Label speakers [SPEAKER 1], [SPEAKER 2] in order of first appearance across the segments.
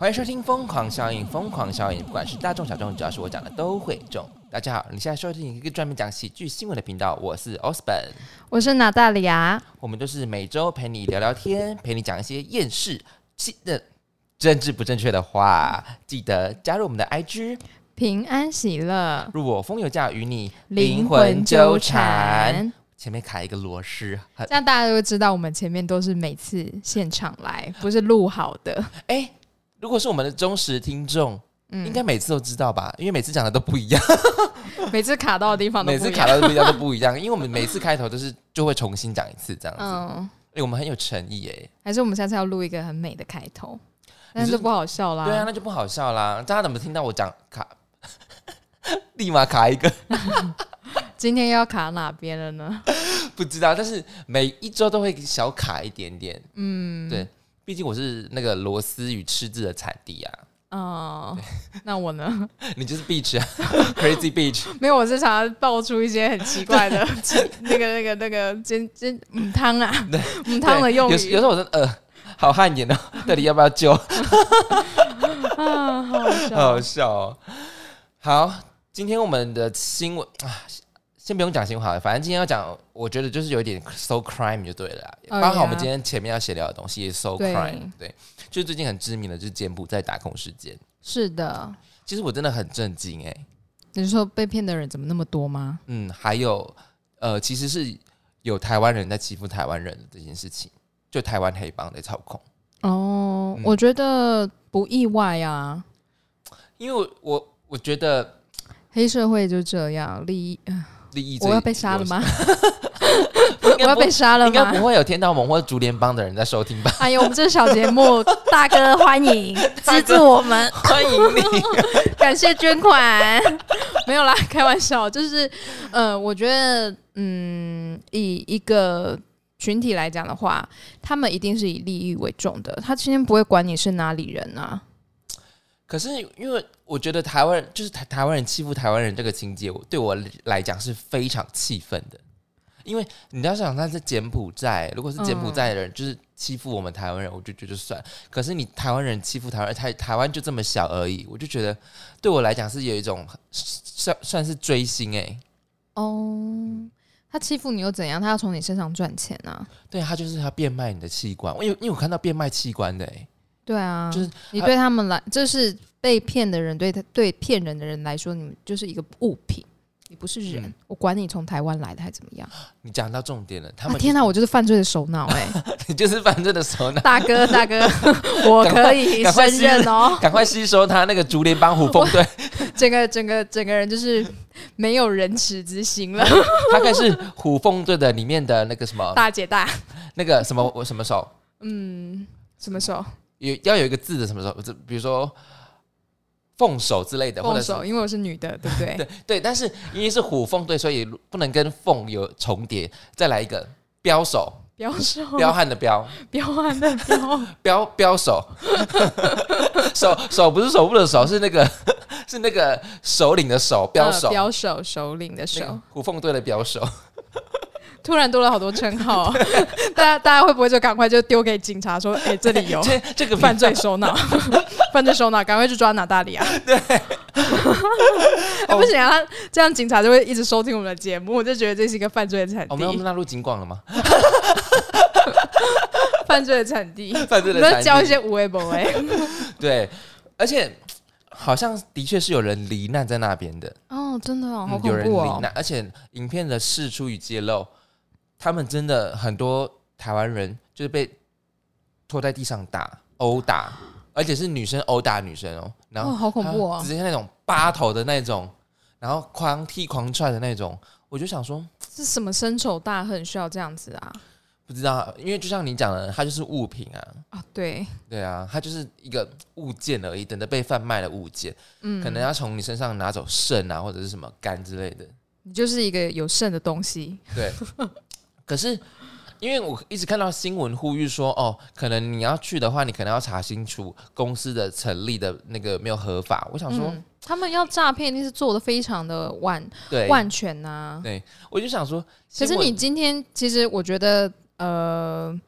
[SPEAKER 1] 欢迎收听《疯狂效应》，疯狂效应，不管是大众小众，只要是我讲的都会中。大家好，你现在收听一个专门讲喜剧新闻的频道，我是 Osborn，
[SPEAKER 2] 我是娜大里亚，
[SPEAKER 1] 我们都是每周陪你聊聊天，陪你讲一些厌世、新的政治不正确的话。记得加入我们的 IG，
[SPEAKER 2] 平安喜乐，
[SPEAKER 1] 入我风有价，与你
[SPEAKER 2] 灵魂纠缠。
[SPEAKER 1] 前面卡一个螺丝，很
[SPEAKER 2] 这样大家都会知道，我们前面都是每次现场来，不是录好的。
[SPEAKER 1] 哎、如果是我们的忠实听众，应
[SPEAKER 2] 嗯，
[SPEAKER 1] 该每次都知道吧？因为每次讲的都不一样，
[SPEAKER 2] 每次卡到的地方都
[SPEAKER 1] 每
[SPEAKER 2] 不
[SPEAKER 1] 次
[SPEAKER 2] 一
[SPEAKER 1] 卡
[SPEAKER 2] 样。
[SPEAKER 1] 到的不一样都不一样，因为我们每次开头都是就会重新讲一次这样子。
[SPEAKER 2] 嗯，
[SPEAKER 1] 哎、我们很有诚意哎、
[SPEAKER 2] 还是我们下次要录一个很美的开头，
[SPEAKER 1] 你
[SPEAKER 2] 但
[SPEAKER 1] 是
[SPEAKER 2] 是不好笑啦。
[SPEAKER 1] 对啊，，那就不好笑啦。大家怎么听到我讲卡， 立马卡一个
[SPEAKER 2] 今天要卡哪边了呢？
[SPEAKER 1] 不知道，但是每一周都会小卡一点点。
[SPEAKER 2] 嗯，
[SPEAKER 1] 对毕竟我是那个螺丝与吃字的产地啊，
[SPEAKER 2] 哦，那我呢？
[SPEAKER 1] 你就是 beach 啊 ，crazy beach，
[SPEAKER 2] 没有，我是常常爆出一些很奇 怪的那个、那个、那个煎煎母汤啊，母汤的
[SPEAKER 1] 对
[SPEAKER 2] 用
[SPEAKER 1] 有时有
[SPEAKER 2] 语
[SPEAKER 1] 时候我真的呃，好汗颜哦，到底要不要救？
[SPEAKER 2] 啊，好好 笑
[SPEAKER 1] 好。笑哦。好，今天我们的新闻啊，先不用讲新闻好了，反正今天要讲，我觉得就是有一点 so crime 就对了啦。
[SPEAKER 2] 哦
[SPEAKER 1] 刚好我们
[SPEAKER 2] 呀
[SPEAKER 1] 今天前面要闲聊的东西也 so
[SPEAKER 2] 对
[SPEAKER 1] crime，对，就是最近很知名的就是柬埔寨打空事件。
[SPEAKER 2] 是的，
[SPEAKER 1] 其实我真的很震惊哎、
[SPEAKER 2] 你是说被骗的人怎么那么多吗？
[SPEAKER 1] 嗯，还有呃，其实是有台湾人在欺负台湾人的这件事情，就台湾黑帮在操控。
[SPEAKER 2] 哦，
[SPEAKER 1] 嗯
[SPEAKER 2] 我觉得不意外啊，
[SPEAKER 1] 因为我我我觉得
[SPEAKER 2] 黑社会就这样，利益。呃
[SPEAKER 1] 利益
[SPEAKER 2] 我
[SPEAKER 1] 这
[SPEAKER 2] 要被杀了吗？
[SPEAKER 1] 有？
[SPEAKER 2] 我要被杀了
[SPEAKER 1] 应该不
[SPEAKER 2] 吗？
[SPEAKER 1] 会有天道盟或竹联帮的人在收听吧？
[SPEAKER 2] 哎呦，我们这是小节目，大哥欢 迎资助我们，
[SPEAKER 1] 欢迎你。
[SPEAKER 2] 感谢捐款。没有啦，开玩笑，就是呃，我觉得嗯，以一个。群体来讲的话，他们一定是以利益为重的。他今天不会管你是哪里人啊，
[SPEAKER 1] 可是因为我觉得台湾人就是台台湾人欺负台湾人这个情节，我对我来讲是非常气愤的。因为你要想他是柬埔寨，如果是柬埔寨的人、就是欺负我们台湾人，我就觉得就算。可是你台湾人欺负台湾人，台台湾就这么小而已，我就觉得对我来讲是有一种算算是追星哎、
[SPEAKER 2] 哦，他欺负你又怎样？他要从你身上赚钱啊。
[SPEAKER 1] 对他就是他变卖你的器官，我有因为我看到变卖器官的哎、
[SPEAKER 2] 对啊，
[SPEAKER 1] 就是
[SPEAKER 2] 你对他们来，就是被骗的人对他对骗人的人来说，你们就是一个物品，你不是人。
[SPEAKER 1] 嗯
[SPEAKER 2] 我管你从台湾来的还怎么样？
[SPEAKER 1] 你讲到重点了，他
[SPEAKER 2] 啊
[SPEAKER 1] 们、
[SPEAKER 2] 天哪、我就是犯罪的首脑哎、
[SPEAKER 1] 你就是犯罪的首脑，
[SPEAKER 2] 大哥大哥， 我可以
[SPEAKER 1] 赶快
[SPEAKER 2] 胜任哦。
[SPEAKER 1] 赶快吸收他那个竹联帮虎 风队。
[SPEAKER 2] 整个整个整个人就是没有仁慈之心了，
[SPEAKER 1] 大概是虎凤队的里面的那个什么，
[SPEAKER 2] 大姐大，
[SPEAKER 1] 那个什么我什么手，
[SPEAKER 2] 嗯，什么手？
[SPEAKER 1] 有要有一个字的什么手，这比如说凤手之类的，或
[SPEAKER 2] 凤
[SPEAKER 1] 者是
[SPEAKER 2] 手，因为我是女的，对不对？
[SPEAKER 1] 对对，但是因为是虎凤队，所以不能跟凤有重叠。再来一个标手，
[SPEAKER 2] 标手，
[SPEAKER 1] 彪悍的彪，
[SPEAKER 2] 彪悍的彪，
[SPEAKER 1] 彪彪手， 手手不是手部的手，是那个 是那个首领的手，彪手
[SPEAKER 2] 呃，标手首领的
[SPEAKER 1] 那个
[SPEAKER 2] 手，
[SPEAKER 1] 虎凤队的彪手。
[SPEAKER 2] 突然多了好多 称号，大家大家会不会就赶快就丢给警察说， 哎、这里有
[SPEAKER 1] 这这个
[SPEAKER 2] 犯罪首脑，犯罪首脑，赶快去抓拿 大里啊！对， 哎不行啊，他这样警察就会一直收听我们的节目，我就觉得这是一个犯罪的产
[SPEAKER 1] 我们我们
[SPEAKER 2] 地，
[SPEAKER 1] 纳入警广了吗？
[SPEAKER 2] 犯罪的产地。
[SPEAKER 1] 犯罪
[SPEAKER 2] 你
[SPEAKER 1] 的
[SPEAKER 2] 们
[SPEAKER 1] 产
[SPEAKER 2] 教
[SPEAKER 1] 业
[SPEAKER 2] 一些无为哎不为
[SPEAKER 1] 对，而且好像的确是有人罹难在那边的，
[SPEAKER 2] 哦，真的哦
[SPEAKER 1] 嗯有人罹！难，而且影片的事出与揭露，他们真的很多台湾人就是被拖在地上打、殴打，而且是女生殴打女生哦，然后、
[SPEAKER 2] 哦好恐怖哦
[SPEAKER 1] 直接那种八头的那种，然后狂踢狂踹的那种，我就想说。
[SPEAKER 2] 是什么深仇大恨需要这样子啊？
[SPEAKER 1] 不知道，因为就像你讲的，它就是物品啊，
[SPEAKER 2] 啊，对，
[SPEAKER 1] 对啊，它就是一个物件而已，等着被贩卖的物件。
[SPEAKER 2] 嗯，
[SPEAKER 1] 可能要从你身上拿走肾啊，或者是什么肝之类的。
[SPEAKER 2] 你就是一个有剩的东西，
[SPEAKER 1] 对，可是因为我一直看到新闻呼吁说，哦，可能你要去的话，你可能要查清楚公司的成立的那个没有合法。我想说，
[SPEAKER 2] 嗯，他们要诈骗一定是做的非常的万
[SPEAKER 1] 对，
[SPEAKER 2] 万全呐、
[SPEAKER 1] 对我就想说，
[SPEAKER 2] 可是
[SPEAKER 1] 新闻
[SPEAKER 2] 你今天其实我觉得呃，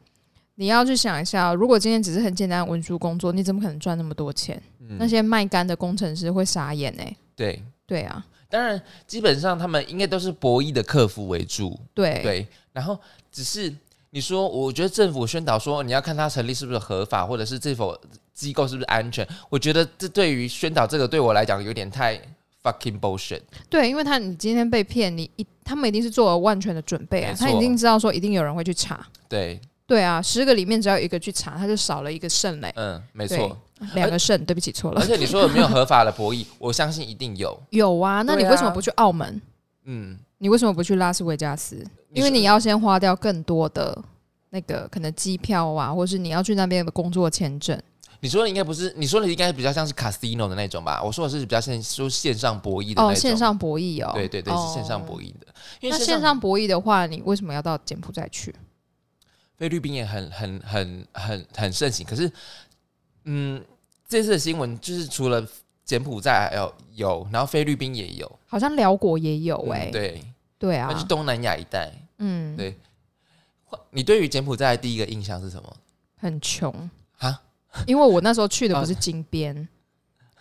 [SPEAKER 2] 你要去想一下哦，如果今天只是很简单的文书工作，你怎么可能赚那么多钱？那
[SPEAKER 1] 嗯，
[SPEAKER 2] 些卖干的工程师会傻眼哎、
[SPEAKER 1] 对，
[SPEAKER 2] 对啊，
[SPEAKER 1] 当然基本上他们应该都是博弈的客服为主，
[SPEAKER 2] 对，
[SPEAKER 1] 对，然后只是你说，我觉得政府宣导说你要看它成立是不是合法，或者是这否机构是不是安全，我觉得这对于宣导这个对我来讲有点太 fucking bullshit。
[SPEAKER 2] 对，因为他你今天被骗，你一他们一定是做了万全的准备啊
[SPEAKER 1] 没，错
[SPEAKER 2] 他一定知道说一定有人会去查。
[SPEAKER 1] 对，
[SPEAKER 2] 对啊，十个里面只要有一个去查，他就少了一个肾嘞，
[SPEAKER 1] 嗯，没错。
[SPEAKER 2] 两个肾，对不起，错
[SPEAKER 1] 而
[SPEAKER 2] 了。
[SPEAKER 1] 且你说有没有合法的博弈，我相信一定有。
[SPEAKER 2] 有啊，那你
[SPEAKER 1] 对啊
[SPEAKER 2] 为什么不去澳门？
[SPEAKER 1] 嗯，
[SPEAKER 2] 你为什么不去拉斯维加斯？因
[SPEAKER 1] 说
[SPEAKER 2] 为你要先花掉更多的那个可能机票啊，或是你要去那边的工作签证。
[SPEAKER 1] 你说的应该不是，你说的应该比较像是 casino 的那种吧？我说的是比较线说线上博弈的那种。
[SPEAKER 2] 哦，线。上博弈哦，
[SPEAKER 1] 对对对，是线上
[SPEAKER 2] 弈。
[SPEAKER 1] 博弈的。因为
[SPEAKER 2] 那线上博弈的话，你为什么要到柬埔寨去？
[SPEAKER 1] 菲律宾也很很很很很盛行。可是，嗯，这次的新闻就是除了柬埔寨还有有，然后菲律宾也有，
[SPEAKER 2] 好像辽国也有
[SPEAKER 1] 嗯
[SPEAKER 2] 哎、
[SPEAKER 1] 对，
[SPEAKER 2] 对
[SPEAKER 1] 那是
[SPEAKER 2] 啊，
[SPEAKER 1] 东南亚一带。
[SPEAKER 2] 嗯，
[SPEAKER 1] 对你对于柬埔寨的第一个印象是什么？
[SPEAKER 2] 很穷
[SPEAKER 1] 啊，
[SPEAKER 2] 因为我那时候去的不是金边，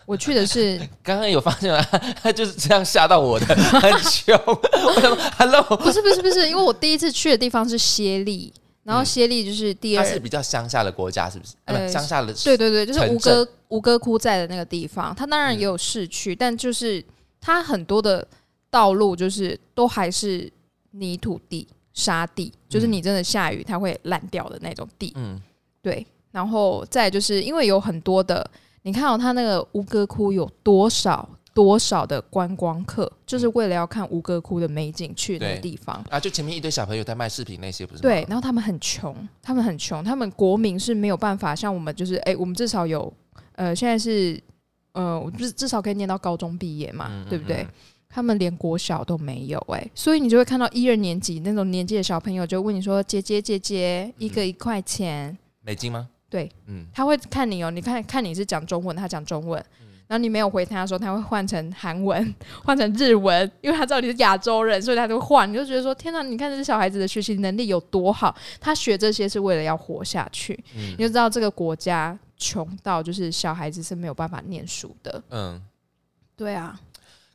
[SPEAKER 2] 我去的是
[SPEAKER 1] 刚刚有发现吗？ 他就是这样吓到我的，很穷。我想说，Hello，
[SPEAKER 2] 不是不是不是，因为我第一次去的地方是暹粒，然后
[SPEAKER 1] 嗯
[SPEAKER 2] 暹粒就是第
[SPEAKER 1] 它
[SPEAKER 2] 二，
[SPEAKER 1] 是比较乡下的国家，是不是？啊，不
[SPEAKER 2] 呃
[SPEAKER 1] 乡下的
[SPEAKER 2] 对对对，就是
[SPEAKER 1] 城嗯
[SPEAKER 2] 吴哥吴哥窟在的那个地方，它当然也有市区，但就是它很多的道路就是都还是泥土地、沙地，就是
[SPEAKER 1] 嗯
[SPEAKER 2] 你真的下雨它会烂掉的那种地。
[SPEAKER 1] 嗯，
[SPEAKER 2] 对，然后再来就是因为有很多的，你看到、它那个吴哥窟有多少多少的观光客，就是为了要看吴哥窟的美景去
[SPEAKER 1] 嗯
[SPEAKER 2] 那
[SPEAKER 1] 对
[SPEAKER 2] 个地方。
[SPEAKER 1] 啊，就前面一堆小朋友在卖饰品那些，不是吗？
[SPEAKER 2] 对，然后他们很穷，他们很穷，他们国民是没有办法像我们，就是哎、我们至少有呃，现在是呃，我至至少可以念到高中毕业嘛，
[SPEAKER 1] 嗯嗯
[SPEAKER 2] 对不对
[SPEAKER 1] 嗯？
[SPEAKER 2] 他们连国小都没有哎、所以你就会看到一二年级那种年纪的小朋友就问你说：“姐姐，姐
[SPEAKER 1] 嗯
[SPEAKER 2] 姐，一个一块钱。
[SPEAKER 1] 美金吗？
[SPEAKER 2] 对，
[SPEAKER 1] 嗯，
[SPEAKER 2] 他会看你哦，你看看你是讲中文，他讲中文，然后你没有回他的时候，他会换成韩文， 换成日文，因为他知道你是亚洲人，所以他就会换。你就觉得说，天哪，你看这些小孩子的学习能力有多好，他学这些是为了要活下去。
[SPEAKER 1] 嗯
[SPEAKER 2] 你就知道这个国家穷到就是小孩子是没有办法念书的。
[SPEAKER 1] 嗯，
[SPEAKER 2] 对啊，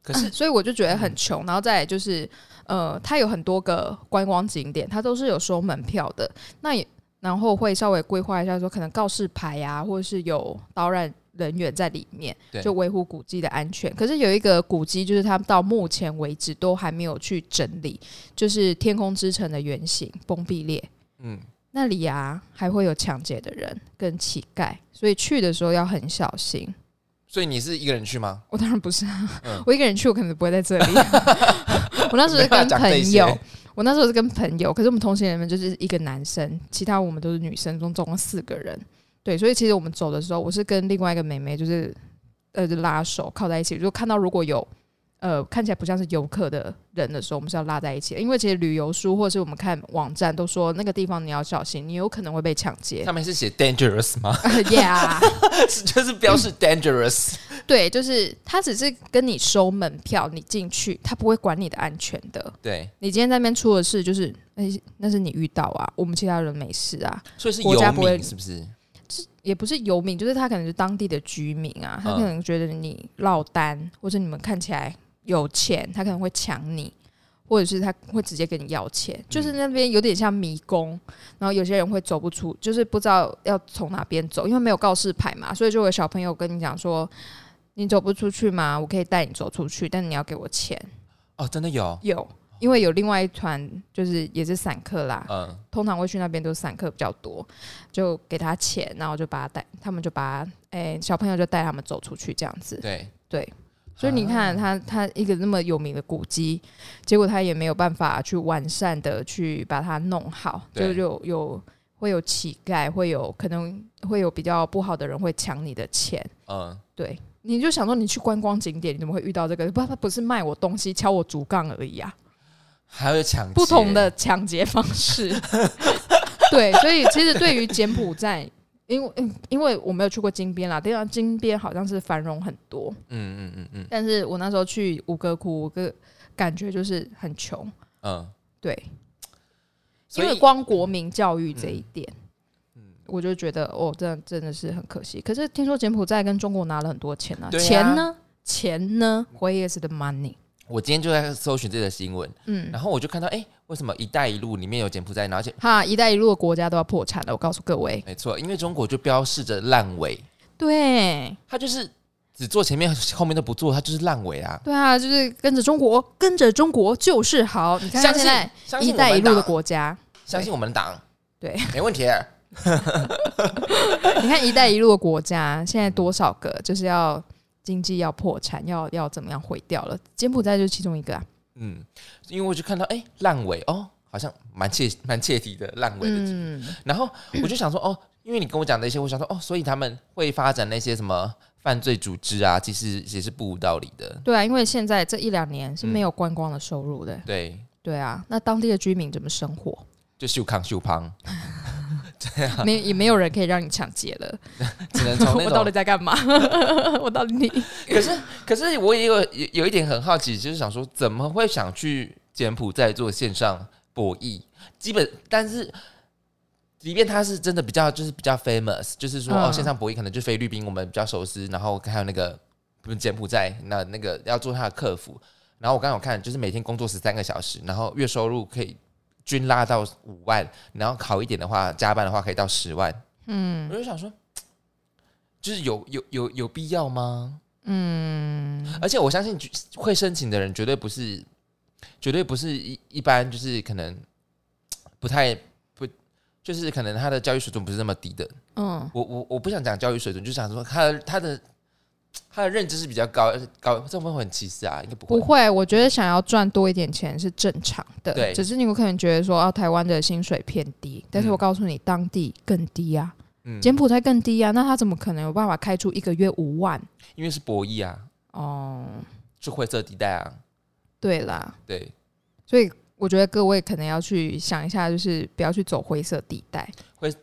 [SPEAKER 1] 可 是
[SPEAKER 2] 所以我就觉得很穷。然后再来就是，呃，它有很多个观光景点，它都是有收门票的。那也然后会稍微规划一下，说可能告示牌啊，或者是有导览人员在里面
[SPEAKER 1] 对，
[SPEAKER 2] 就维护古迹的安全。可是有一个古迹，就是他们到目前为止都还没有去整理，就是天空之城的原型崩壁裂。
[SPEAKER 1] 嗯，
[SPEAKER 2] 那里啊，还会有抢劫的人跟乞丐，所以去的时候要很小心。
[SPEAKER 1] 所以你是一个人去吗？
[SPEAKER 2] 我当然不是啊，
[SPEAKER 1] 嗯
[SPEAKER 2] 我一个人去，我可能不会在 这里。我那时候是
[SPEAKER 1] 没办法
[SPEAKER 2] 跟
[SPEAKER 1] 讲这
[SPEAKER 2] 朋
[SPEAKER 1] 些
[SPEAKER 2] 友，我那时候是跟朋友，可是我们同行人们就是一个男生，其他我们都是女生，总总共四个人。对，所以其实我们走的时候，我是跟另外一个妹妹，就是呃就拉手靠在一起，就看到如果有呃看起来不像是游客的人的时候，我们是要拉在一起的，因为其实旅游书或是我们看网站都说那个地方你要小心，你有可能会被抢劫。
[SPEAKER 1] 上面是写 dangerous 吗？
[SPEAKER 2] yeah。
[SPEAKER 1] 是 就是标示 dangerous。
[SPEAKER 2] 对，就是他只是跟你收门票，你进去，他不会管你的安全的。
[SPEAKER 1] 对，
[SPEAKER 2] 你今天在那边出了事，就是那是那是你遇到啊，我们其他人没事啊，
[SPEAKER 1] 所以是
[SPEAKER 2] 国家
[SPEAKER 1] 游
[SPEAKER 2] 不会
[SPEAKER 1] 民是不是？
[SPEAKER 2] 也不是游民，就是他可能是当地的居民啊，他
[SPEAKER 1] 嗯
[SPEAKER 2] 可能觉得你落单，或者你们看起来有钱，他可能会抢你。或者是他会直接跟你要钱，就是那边有点像迷宫，然后有些人会走不出，就是不知道要从哪边走，因为没有告示牌嘛，所以就有小朋友跟你讲说，你走不出去吗？我可以带你走出去，但你要给我钱。
[SPEAKER 1] 哦，真的有，
[SPEAKER 2] 有，因为有另外一团就是也是散客啦，
[SPEAKER 1] 嗯，
[SPEAKER 2] 通常会去那边都是散客比较多，就给他钱，然后就把他带，他们就把他，哎、小朋友就带他们走出去这样子。
[SPEAKER 1] 对，啊
[SPEAKER 2] 对，所以你看他他一个那么有名的古迹，结果他也没有办法去完善的去把它弄好，就
[SPEAKER 1] 对
[SPEAKER 2] 有有会有乞丐，会有可能会有比较不好的人会抢你的钱，
[SPEAKER 1] 嗯，
[SPEAKER 2] 对。你就想说，你去观光景点，你怎么会遇到这个？不，他不是卖我东西、敲我竹杠而已啊！
[SPEAKER 1] 还有抢劫
[SPEAKER 2] 不同的抢劫方式。 对，所以其实对于柬埔寨，因为嗯因为我没有去过金边啦，对啊，金边好像是繁荣很多，
[SPEAKER 1] 嗯，嗯嗯嗯
[SPEAKER 2] 但是我那时候去吴哥窟，我个感觉就是很穷，
[SPEAKER 1] 嗯嗯，
[SPEAKER 2] 对，
[SPEAKER 1] 所
[SPEAKER 2] 因为
[SPEAKER 1] 以
[SPEAKER 2] 光国民教育这一点，
[SPEAKER 1] 嗯
[SPEAKER 2] 我就觉得哦，这真的是很可惜。可是听说柬埔寨跟中国拿了很多钱啊，
[SPEAKER 1] 对啊
[SPEAKER 2] 钱呢？钱呢？Where is the money？
[SPEAKER 1] 我今天就在搜寻这个新闻，
[SPEAKER 2] 嗯，
[SPEAKER 1] 然后我就看到，哎、为什么“一带一路”里面有柬埔寨，然后而且
[SPEAKER 2] 哈，一带一路的国家都要破产了，我告诉各位。
[SPEAKER 1] 没错，因为中国就标示着烂尾，
[SPEAKER 2] 对，
[SPEAKER 1] 它就是只做前面，后面都不做，它就是烂尾啊。
[SPEAKER 2] 对啊，就是跟着中国，跟着中国就是好。你看
[SPEAKER 1] 相
[SPEAKER 2] 看
[SPEAKER 1] 信
[SPEAKER 2] 现在
[SPEAKER 1] 相
[SPEAKER 2] 一
[SPEAKER 1] 信我
[SPEAKER 2] 带一
[SPEAKER 1] 们
[SPEAKER 2] 路的
[SPEAKER 1] 党，
[SPEAKER 2] 国家，
[SPEAKER 1] 相信我们党，
[SPEAKER 2] 对，
[SPEAKER 1] 没问题。
[SPEAKER 2] 你看一带一路的国家，现在多少个就是要经济要破产，要要怎么样毁掉了？柬埔寨就是其中一个啊。
[SPEAKER 1] 嗯，因为我就看到，哎、烂尾哦，好像蛮切蛮切题的烂尾的
[SPEAKER 2] 嗯，
[SPEAKER 1] 然后我就想说，哦，因为你跟我讲的一些，我想说，哦，所以他们会发展那些什么犯罪组织啊，其实也是不无道理的。
[SPEAKER 2] 对啊，因为现在这一两年是没有观光的收入的。
[SPEAKER 1] 对，
[SPEAKER 2] 对啊，那当地的居民怎么生活？
[SPEAKER 1] 就秀康秀胖，
[SPEAKER 2] 没也没有人可以让你抢 劫了。
[SPEAKER 1] 只能从那
[SPEAKER 2] 我到底
[SPEAKER 1] 种。
[SPEAKER 2] 在干嘛？我到底你
[SPEAKER 1] 可是，可是我也有有有一点很好奇，就是想说，怎么会想去柬埔寨做线上博弈？基本，但是。即便他是真的比较，就是比较 famous，就是说、
[SPEAKER 2] 嗯
[SPEAKER 1] 哦，线上博弈可能就菲律宾我们比较熟悉，然后还有那个不是柬埔寨那那个要做他的客服，然后我刚好看就是每天工作十三个小时，然后月收入可以均拉到五万，然后好一点的话，加班的话可以到十万。嗯，我就想说，就是有有有有必要吗？嗯，而且我相信举会申请的人绝对不是，绝对不是一一般就是可能不太不。就是可能他的教育水准不是那么低的，
[SPEAKER 2] 嗯，
[SPEAKER 1] 我我我不想讲教育水准，就想说他的他的他的认知是比较高，高这种会不会很歧视啊？应该不会
[SPEAKER 2] 不
[SPEAKER 1] 吧。
[SPEAKER 2] 会，我觉得想要赚多一点钱是正常的。
[SPEAKER 1] 对
[SPEAKER 2] 只是你有可能觉得说啊，台湾的薪水偏低，但是
[SPEAKER 1] 嗯
[SPEAKER 2] 我告诉你，当地更低啊，
[SPEAKER 1] 嗯
[SPEAKER 2] 柬埔寨更低啊，那他怎么可能有办法开出一个月五万？
[SPEAKER 1] 因为是博弈啊，
[SPEAKER 2] 哦，
[SPEAKER 1] 是灰色地带啊，
[SPEAKER 2] 对啦，
[SPEAKER 1] 对，
[SPEAKER 2] 所以我觉得各位可能要去想一下，就是不要去走灰色地带，
[SPEAKER 1] 灰嗯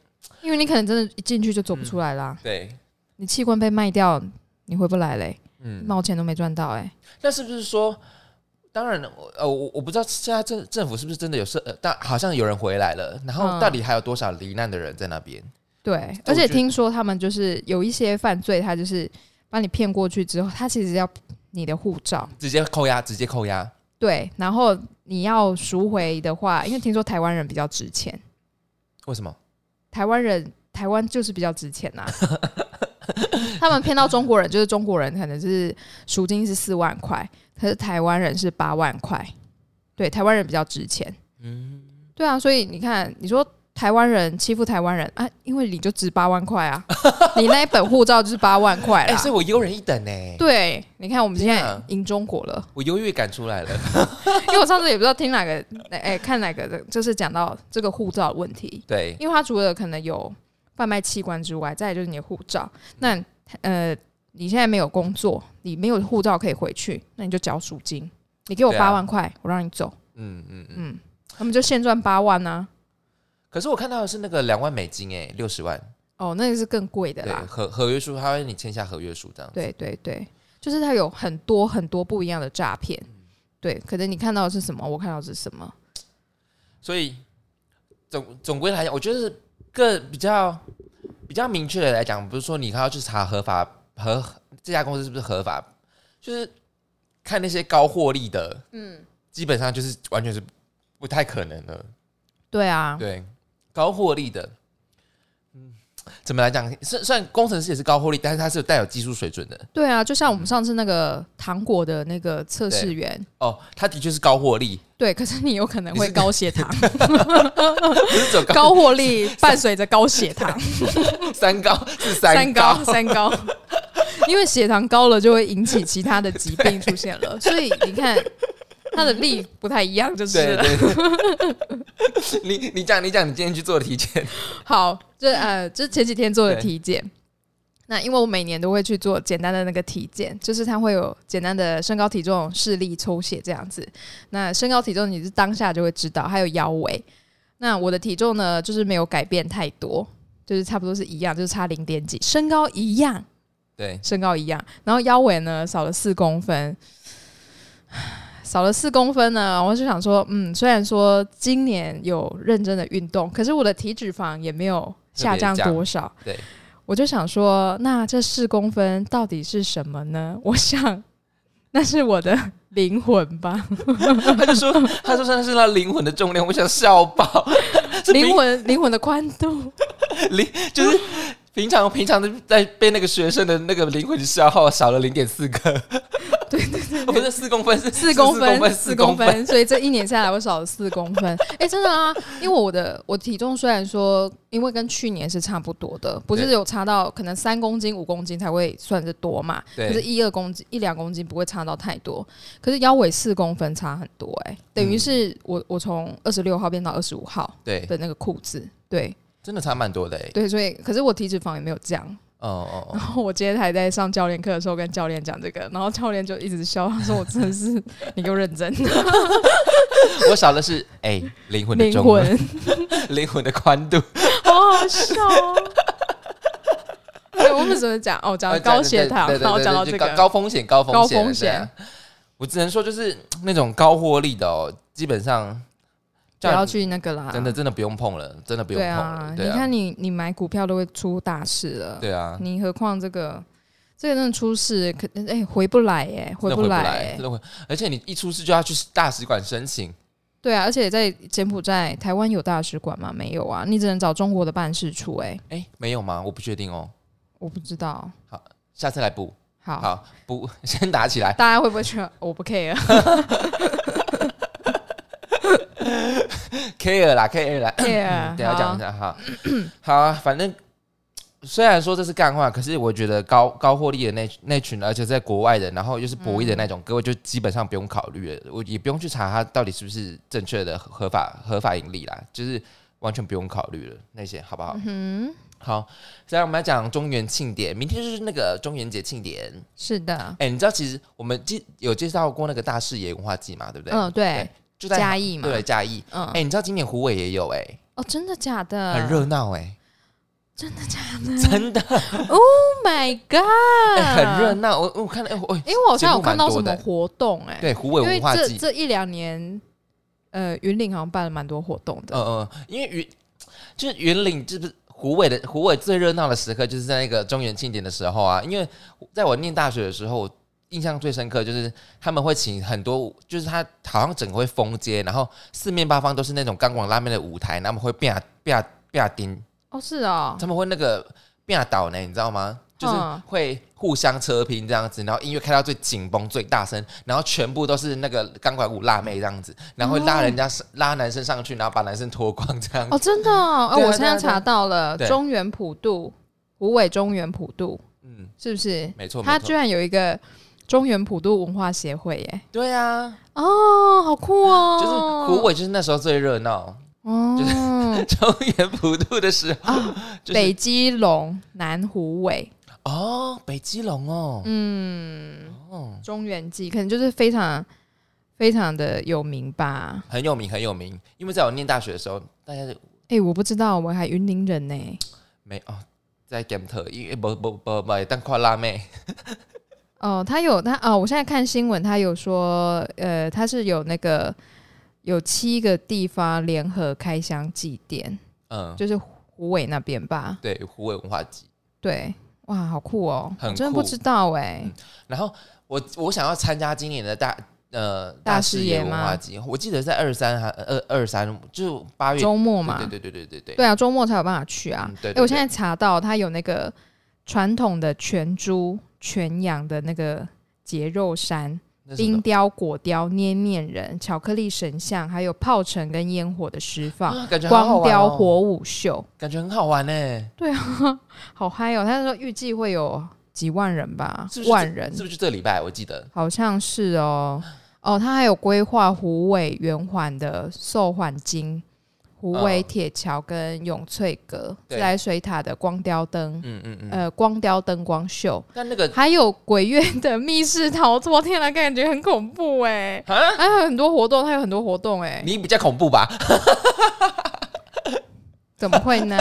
[SPEAKER 2] 因为你可能真的一进去就走不出来啦。
[SPEAKER 1] 对，
[SPEAKER 2] 你器官被卖掉，你回不来嘞、
[SPEAKER 1] 嗯，
[SPEAKER 2] 毛钱都没赚到哎、
[SPEAKER 1] 那是不是说，当然，我呃，我我不知道现在政政府是不是真的有设，呃但好像有人回来了，然后
[SPEAKER 2] 嗯
[SPEAKER 1] 到底还有多少罹难的人在那边？
[SPEAKER 2] 对，
[SPEAKER 1] 我
[SPEAKER 2] 而且
[SPEAKER 1] 觉得
[SPEAKER 2] 听说他们就是有一些犯罪，他就是把你骗过去之后，他其实要你的护照，
[SPEAKER 1] 直接扣押，直接扣押，
[SPEAKER 2] 对，然后你要赎回的话，因为听说台湾人比较值钱，
[SPEAKER 1] 为什么？
[SPEAKER 2] 台湾人台湾就是比较值钱呐、 他们骗到中国人，就是中国人可能是赎金是四万块，可是台湾人是八万块，对，台湾人比较值钱，
[SPEAKER 1] 嗯，
[SPEAKER 2] 对啊，所以你看，你说台湾人欺负台湾人啊，因为你就值八万 块啊，你那一本护照就是八万块
[SPEAKER 1] 哎、
[SPEAKER 2] 啦。
[SPEAKER 1] 所以我优人一等呢、
[SPEAKER 2] 对，你看我们现
[SPEAKER 1] 天
[SPEAKER 2] 在
[SPEAKER 1] 啊
[SPEAKER 2] 赢中国了，
[SPEAKER 1] 我优越感出来 了。
[SPEAKER 2] 因为我上次也不知道听哪个，哎、看哪个的，就是讲到这个护照的问题，
[SPEAKER 1] 对，
[SPEAKER 2] 因为它除了可能有贩卖器官之外，再来就是你的护照。那呃，你现在没有工作，你没有护照可以回去，那你就缴赎金，你给我
[SPEAKER 1] 对啊
[SPEAKER 2] 八万块，我让你走，
[SPEAKER 1] 嗯嗯嗯。
[SPEAKER 2] 嗯，他们就现赚八万啊呢、
[SPEAKER 1] 可是我看到的是那个两万美金、哎，六十万，
[SPEAKER 2] 哦，那个是更贵的
[SPEAKER 1] 对，
[SPEAKER 2] 啦，
[SPEAKER 1] 合合约书，他会让你签下合约书这样。
[SPEAKER 2] 对对对，就是它有很多很多不一样的诈骗，
[SPEAKER 1] 嗯
[SPEAKER 2] 对，可能你看到的是什么，我看到的是什么，
[SPEAKER 1] 所以总总归来讲，我觉得是更比较比较明确的来讲，不是说你还要去查合法合这家公司是不是合法，就是看那些高获利的，嗯，基本上就是完全是不太可能的。
[SPEAKER 2] 对啊，
[SPEAKER 1] 对，高获利的，嗯，怎么来讲？虽虽然工程师也是高获利，但是它是有带有技术水准的
[SPEAKER 2] 对啊，就像
[SPEAKER 1] 嗯
[SPEAKER 2] 我们上次那个糖果的那个测试员，
[SPEAKER 1] 哦，它的确是高获利，
[SPEAKER 2] 对，可是你有可能
[SPEAKER 1] 你
[SPEAKER 2] 会
[SPEAKER 1] 是
[SPEAKER 2] 高血糖，
[SPEAKER 1] 不是只有高
[SPEAKER 2] 高获利伴随着高血 糖，
[SPEAKER 1] 三高是
[SPEAKER 2] 三
[SPEAKER 1] 三
[SPEAKER 2] 高三高，因为血糖高了就会引起其他的疾病出现了，所以你看它的力不太一样，就是
[SPEAKER 1] 对
[SPEAKER 2] 了。
[SPEAKER 1] 对对， 你你讲你讲，你今天去做的体检，
[SPEAKER 2] 好，这呃，这前几天做的
[SPEAKER 1] 对
[SPEAKER 2] 体检。那因为我每年都会去做简单的那个体检，就是它会有简单的身高、体重、视力、抽血这样子。那身高体重你是当下就会知道，还有腰围。那我的体重呢，就是没有改变太多，就是差不多是一样，就是差零点几。身高一样，
[SPEAKER 1] 对，
[SPEAKER 2] 身高一样，然后腰围呢少了四公分， 少了四公分呢，我就想说，嗯，虽然说今年有认真的运动，可是我的体脂肪也没有下降多少？
[SPEAKER 1] 对，
[SPEAKER 2] 我就想说，那这四公分到底是什么呢？ 我想，那是我的灵魂 吧，
[SPEAKER 1] 他就说他说那是他灵魂的重量，我想笑爆，是
[SPEAKER 2] 灵魂灵魂的宽度。
[SPEAKER 1] 灵就是平常平常的在被那个学生的那个灵魂消耗少了零点四个，哦
[SPEAKER 2] 对对对
[SPEAKER 1] 不是四公分，是
[SPEAKER 2] 四
[SPEAKER 1] 公
[SPEAKER 2] 公分，
[SPEAKER 1] 四
[SPEAKER 2] 四
[SPEAKER 1] 公
[SPEAKER 2] 公
[SPEAKER 1] 分。
[SPEAKER 2] 分，所以这一年下来我少了四公分。哎、真的啊，因为我的我体重虽然说，因为跟去年是差不多的，不是
[SPEAKER 1] 对
[SPEAKER 2] 有差到可能三公斤、五公斤才会算是多嘛，
[SPEAKER 1] 对
[SPEAKER 2] 可是一二公斤、一两公斤不会差到太多。可是腰围四公分差很多、哎，等于是我我从二十六号变到二十五号
[SPEAKER 1] 嗯对，
[SPEAKER 2] 的那个裤子，对
[SPEAKER 1] 真的差蛮多的哎、
[SPEAKER 2] 对，所以可是我体脂肪也没有降。
[SPEAKER 1] 哦哦哦
[SPEAKER 2] 然，后我今天还在上教练课的时候跟教练讲这个，然后教练就一直笑，他说我真的是 你给我认真，
[SPEAKER 1] 我少的是哎灵魂的
[SPEAKER 2] 灵
[SPEAKER 1] 重
[SPEAKER 2] 魂
[SPEAKER 1] 量，。 灵魂的宽度，
[SPEAKER 2] 好好笑、哦。 对，我们怎么讲？哦，讲高血糖
[SPEAKER 1] 呃对，对对
[SPEAKER 2] 然后讲到
[SPEAKER 1] 对
[SPEAKER 2] 这
[SPEAKER 1] 对高
[SPEAKER 2] 个，
[SPEAKER 1] 高风险高风险
[SPEAKER 2] 高风险
[SPEAKER 1] 对啊我只能说就是那种高获利的哦，基本上
[SPEAKER 2] 不要去那个啦，
[SPEAKER 1] 真的真的不用碰了，真的不用
[SPEAKER 2] 对
[SPEAKER 1] 碰
[SPEAKER 2] 啊
[SPEAKER 1] 了，。对
[SPEAKER 2] 你
[SPEAKER 1] 啊，
[SPEAKER 2] 看你你买股票都会出大事了，
[SPEAKER 1] 对啊，
[SPEAKER 2] 你何况这个这个真的出事，可哎、回不来哎、
[SPEAKER 1] 真的
[SPEAKER 2] 不
[SPEAKER 1] 回
[SPEAKER 2] 来哎、
[SPEAKER 1] 来，真的回。而且你一出事就要去大使馆申请，
[SPEAKER 2] 对啊，而且在柬埔寨、台湾有大使馆吗？没有啊，你只能找中国的办事处哎、
[SPEAKER 1] 哎，没有吗？我不确定哦，
[SPEAKER 2] 我不知道。
[SPEAKER 1] 下次来补。
[SPEAKER 2] 好，
[SPEAKER 1] 好，补 先打起来。
[SPEAKER 2] 大家会不会觉得我不 care？
[SPEAKER 1] care 啦，care 啦，等
[SPEAKER 2] care，
[SPEAKER 1] 一下
[SPEAKER 2] 好
[SPEAKER 1] 嗯讲一下哈。好 啊，反正虽然说这是干话，可是我觉得高高获利的那那群，而且在国外的，然后又是博弈的那
[SPEAKER 2] 嗯
[SPEAKER 1] 种，各位就基本上不用考虑了，我也不用去查它到底是不是正确的合法合法盈利啦，就是完全不用考虑了那些，好不好？
[SPEAKER 2] 嗯，
[SPEAKER 1] 好，再来我们来讲中元庆典，明天就是那个中元节庆典。
[SPEAKER 2] 是的，
[SPEAKER 1] 哎、你知道其实我们介有介绍过那个大视野文化季嘛，对不对？
[SPEAKER 2] 嗯，对，
[SPEAKER 1] 就在
[SPEAKER 2] 嘉义嘛，
[SPEAKER 1] 对嘉义。
[SPEAKER 2] 嗯
[SPEAKER 1] 哎、，你知道今年虎尾也有哎、
[SPEAKER 2] 哦，真的假的？
[SPEAKER 1] 很热闹哎，
[SPEAKER 2] 真的假
[SPEAKER 1] 真的、
[SPEAKER 2] ？Oh my god！、
[SPEAKER 1] 哎 很热闹。我我看到哎，我哎
[SPEAKER 2] 因为我好像有看到什
[SPEAKER 1] 节目
[SPEAKER 2] 么
[SPEAKER 1] 蛮多
[SPEAKER 2] 活动哎、
[SPEAKER 1] 对虎尾
[SPEAKER 2] 因为
[SPEAKER 1] 文化
[SPEAKER 2] 这
[SPEAKER 1] 季，
[SPEAKER 2] 这一两年，呃，云岭好像办了蛮多活动的。
[SPEAKER 1] 嗯嗯，因为云就是云岭，就是虎尾的虎尾最热闹的时刻，就是在那个中原庆典的时候啊。因为在我念大学的时候，我印象最深刻就是他们会请很多，就是他好像整个会封街，然后四面八方都是那种钢管拉面的舞台，然后他们会变变变钉，
[SPEAKER 2] 哦，是哦，
[SPEAKER 1] 他们会那个变倒呢，你知道吗？就是
[SPEAKER 2] 嗯
[SPEAKER 1] 会互相车拼这样子，然后音乐开到最紧绷、最大声，然后全部都是那个钢管舞辣妹这样子，然后会拉人家、拉男生上去，然后把男生脱光这样子。
[SPEAKER 2] 哦，真的哦，哦
[SPEAKER 1] 对啊对啊
[SPEAKER 2] 我现
[SPEAKER 1] 对
[SPEAKER 2] 在
[SPEAKER 1] 啊
[SPEAKER 2] 查到了
[SPEAKER 1] 对
[SPEAKER 2] 中原普渡，虎尾中原普渡
[SPEAKER 1] 嗯，
[SPEAKER 2] 是不是？
[SPEAKER 1] 没错，
[SPEAKER 2] 它
[SPEAKER 1] 没
[SPEAKER 2] 居
[SPEAKER 1] 错，
[SPEAKER 2] 然有一个中原普渡文化协会耶！
[SPEAKER 1] 对啊，
[SPEAKER 2] 哦，好酷哦！
[SPEAKER 1] 就是虎尾，就是那时候最热闹，
[SPEAKER 2] 哦，
[SPEAKER 1] 中原普渡的时候，就是
[SPEAKER 2] 啊北基隆、南虎尾，
[SPEAKER 1] 哦，北基隆哦，
[SPEAKER 2] 嗯，
[SPEAKER 1] 哦，
[SPEAKER 2] 中原记可能就是非常非常的有名吧。
[SPEAKER 1] 很有名，很有名，因为在我念大学的时候，大家就
[SPEAKER 2] 哎、我不知道，我还云林人呢、
[SPEAKER 1] 没哦，在 game 特，因为不不不不，但跨辣妹，
[SPEAKER 2] 哦，他有他哦，我现在看新闻，他有说，呃，他是有那个有七个地方联合开箱祭奠，
[SPEAKER 1] 嗯，
[SPEAKER 2] 就是虎尾那边吧？
[SPEAKER 1] 对，虎尾文化祭。
[SPEAKER 2] 对，哇，好酷哦！
[SPEAKER 1] 很
[SPEAKER 2] 我真的不
[SPEAKER 1] 酷嗯
[SPEAKER 2] 知道哎、
[SPEAKER 1] 然后我我想要参加今年的大呃
[SPEAKER 2] 大
[SPEAKER 1] 视
[SPEAKER 2] 视
[SPEAKER 1] 野
[SPEAKER 2] 野
[SPEAKER 1] 文
[SPEAKER 2] 吗
[SPEAKER 1] 化节，我记得在二三还二二三，就是八月
[SPEAKER 2] 周末嘛，
[SPEAKER 1] 对对对对对对
[SPEAKER 2] 对啊，周末才有办法去啊。
[SPEAKER 1] 嗯对
[SPEAKER 2] 哎、
[SPEAKER 1] 对
[SPEAKER 2] 我现
[SPEAKER 1] 对
[SPEAKER 2] 在查到它有那个传统的全猪、全羊的那个节肉山、
[SPEAKER 1] 那是什
[SPEAKER 2] 冰
[SPEAKER 1] 么
[SPEAKER 2] 雕、果雕、捏面人、巧克力神像，还有炮城跟烟火的释放、
[SPEAKER 1] 啊感觉好好
[SPEAKER 2] 光
[SPEAKER 1] 玩
[SPEAKER 2] 雕
[SPEAKER 1] 哦
[SPEAKER 2] 火舞秀，
[SPEAKER 1] 感觉很好玩呢，
[SPEAKER 2] 好嗨哦！他说预计会有几万人吧，
[SPEAKER 1] 是不是
[SPEAKER 2] 万
[SPEAKER 1] 这
[SPEAKER 2] 人
[SPEAKER 1] 是不是就这礼拜？我记得
[SPEAKER 2] 好像是哦。哦，他还有规划虎尾圆环的寿环金。虎尾
[SPEAKER 1] 嗯
[SPEAKER 2] 铁桥跟永翠阁、自
[SPEAKER 1] 对
[SPEAKER 2] 来水塔的光雕灯，
[SPEAKER 1] 嗯嗯嗯，
[SPEAKER 2] 呃光雕灯光秀，
[SPEAKER 1] 但那个
[SPEAKER 2] 还有鬼月的密室逃脱，天哪，感觉很恐怖哎、
[SPEAKER 1] 啊，
[SPEAKER 2] 还有很多活动，还有很多活动哎、
[SPEAKER 1] 你比较恐怖吧？
[SPEAKER 2] 怎么会 呢？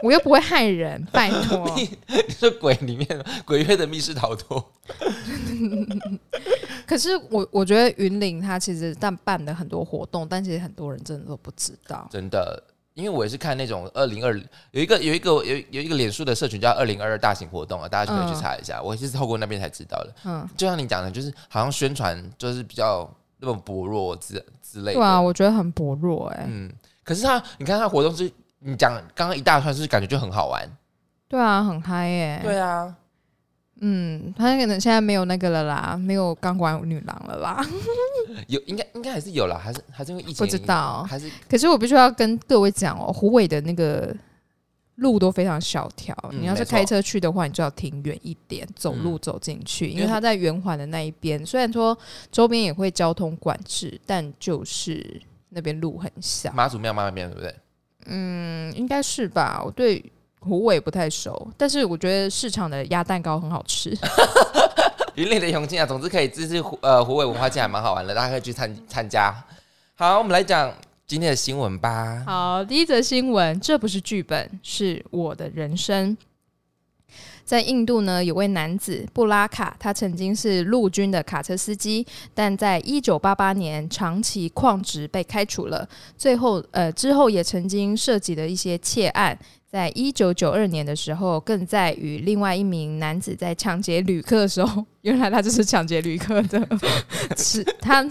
[SPEAKER 2] 我又不会害人，拜托。
[SPEAKER 1] 你说鬼里面鬼月的密室逃脱，
[SPEAKER 2] 可是我我觉得云岭它其实但办了很多活动，但其实很多人真的都不知道。
[SPEAKER 1] 真的因为我也是看那种二零二有一个有一个有有一个脸书的社群叫二零二二大型活动啊，大家就可以去查一下。我也是透过那边才知道的。
[SPEAKER 2] 嗯，
[SPEAKER 1] 就像你讲的，就是好像宣传就是比较那么薄弱之之类
[SPEAKER 2] 对啊，
[SPEAKER 1] 的。
[SPEAKER 2] 我觉得很薄弱哎、
[SPEAKER 1] 嗯，可是他，你看他活动是，你讲刚刚一大串，是不是感觉就很好玩。
[SPEAKER 2] 对啊，很嗨哎、
[SPEAKER 1] 对啊，
[SPEAKER 2] 嗯，他可能现在没有那个了啦，没有钢管女郎了啦，
[SPEAKER 1] 有应该应该还是有啦，还是还是因为疫情
[SPEAKER 2] 不知道。
[SPEAKER 1] 还是
[SPEAKER 2] 可是我必须要跟各位讲哦，虎尾的那个路都非常小条，
[SPEAKER 1] 嗯
[SPEAKER 2] 你要是
[SPEAKER 1] 没错
[SPEAKER 2] 开车去的话，你就要停远一点，走路走进去，因为它在圆环的那一边，虽然说周边也会交通管制，但就是那边路很小，
[SPEAKER 1] 妈祖庙妈妈庙，对不对？
[SPEAKER 2] 嗯，应该是吧？我对虎尾不太熟，但是我觉得市场的鸭蛋糕很好吃，
[SPEAKER 1] 云林的雄庆啊，总之可以支持湖呃湖北文化祭，还蛮好玩的，大家可以去参参加。好，我们来讲今天的新闻吧。
[SPEAKER 2] 好，第一则新闻，这不是剧本，是我的人生。在印度呢，有位男子布拉卡，他曾经是陆军的卡车司机，但在一九八八年长期旷职被开除了。最后，呃，之后也曾经涉及了一些窃案。在一九九二年的时候，更在与另外一名男子在抢劫旅客的时候， 原来他就是抢劫旅客的， 持他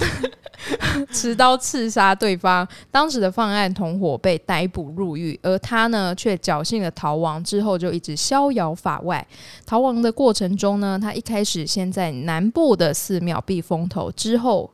[SPEAKER 2] 持刀刺杀对方，当时的犯案同伙被逮捕入狱，而他呢却侥幸的逃亡，之后就一直逍遥法外。逃亡的过程中呢，他一开始先在南部的寺庙避风头，之后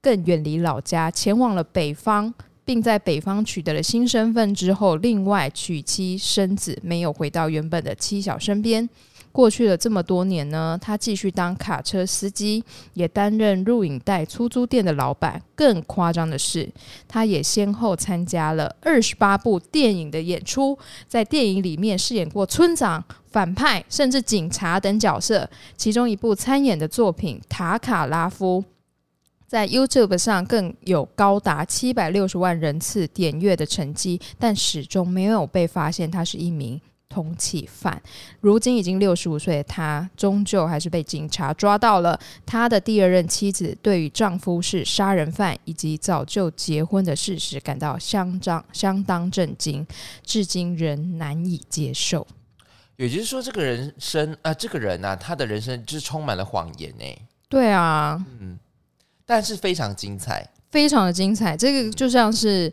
[SPEAKER 2] 更远离老家，前往了北方。并在北方取得了新身份之后，另外娶妻生子，没有回到原本的妻小身边。过去了这么多年呢，他继续当卡车司机，也担任录影带出租店的老板。更夸张的是，他也先后参加了二十八部电影的演出，在电影里面饰演过村长、反派，甚至警察等角色。其中一部参演的作品《塔卡拉夫》。在 YouTube 上更有高达七百六十万人次点阅的成绩，但始终没有被发现他是一名通缉犯。如今已经六十五岁的他，终究还是被警察抓到了。她的第二任妻子对于丈夫是杀人犯以及早就结婚的事实感到相当相当震惊，至今仍难以接受。
[SPEAKER 1] 也就是说，这个人生啊、这个人啊，他的人生就是充满了谎言呢，
[SPEAKER 2] 对啊，
[SPEAKER 1] 但是非常精彩。
[SPEAKER 2] 非常的精彩，这个就像是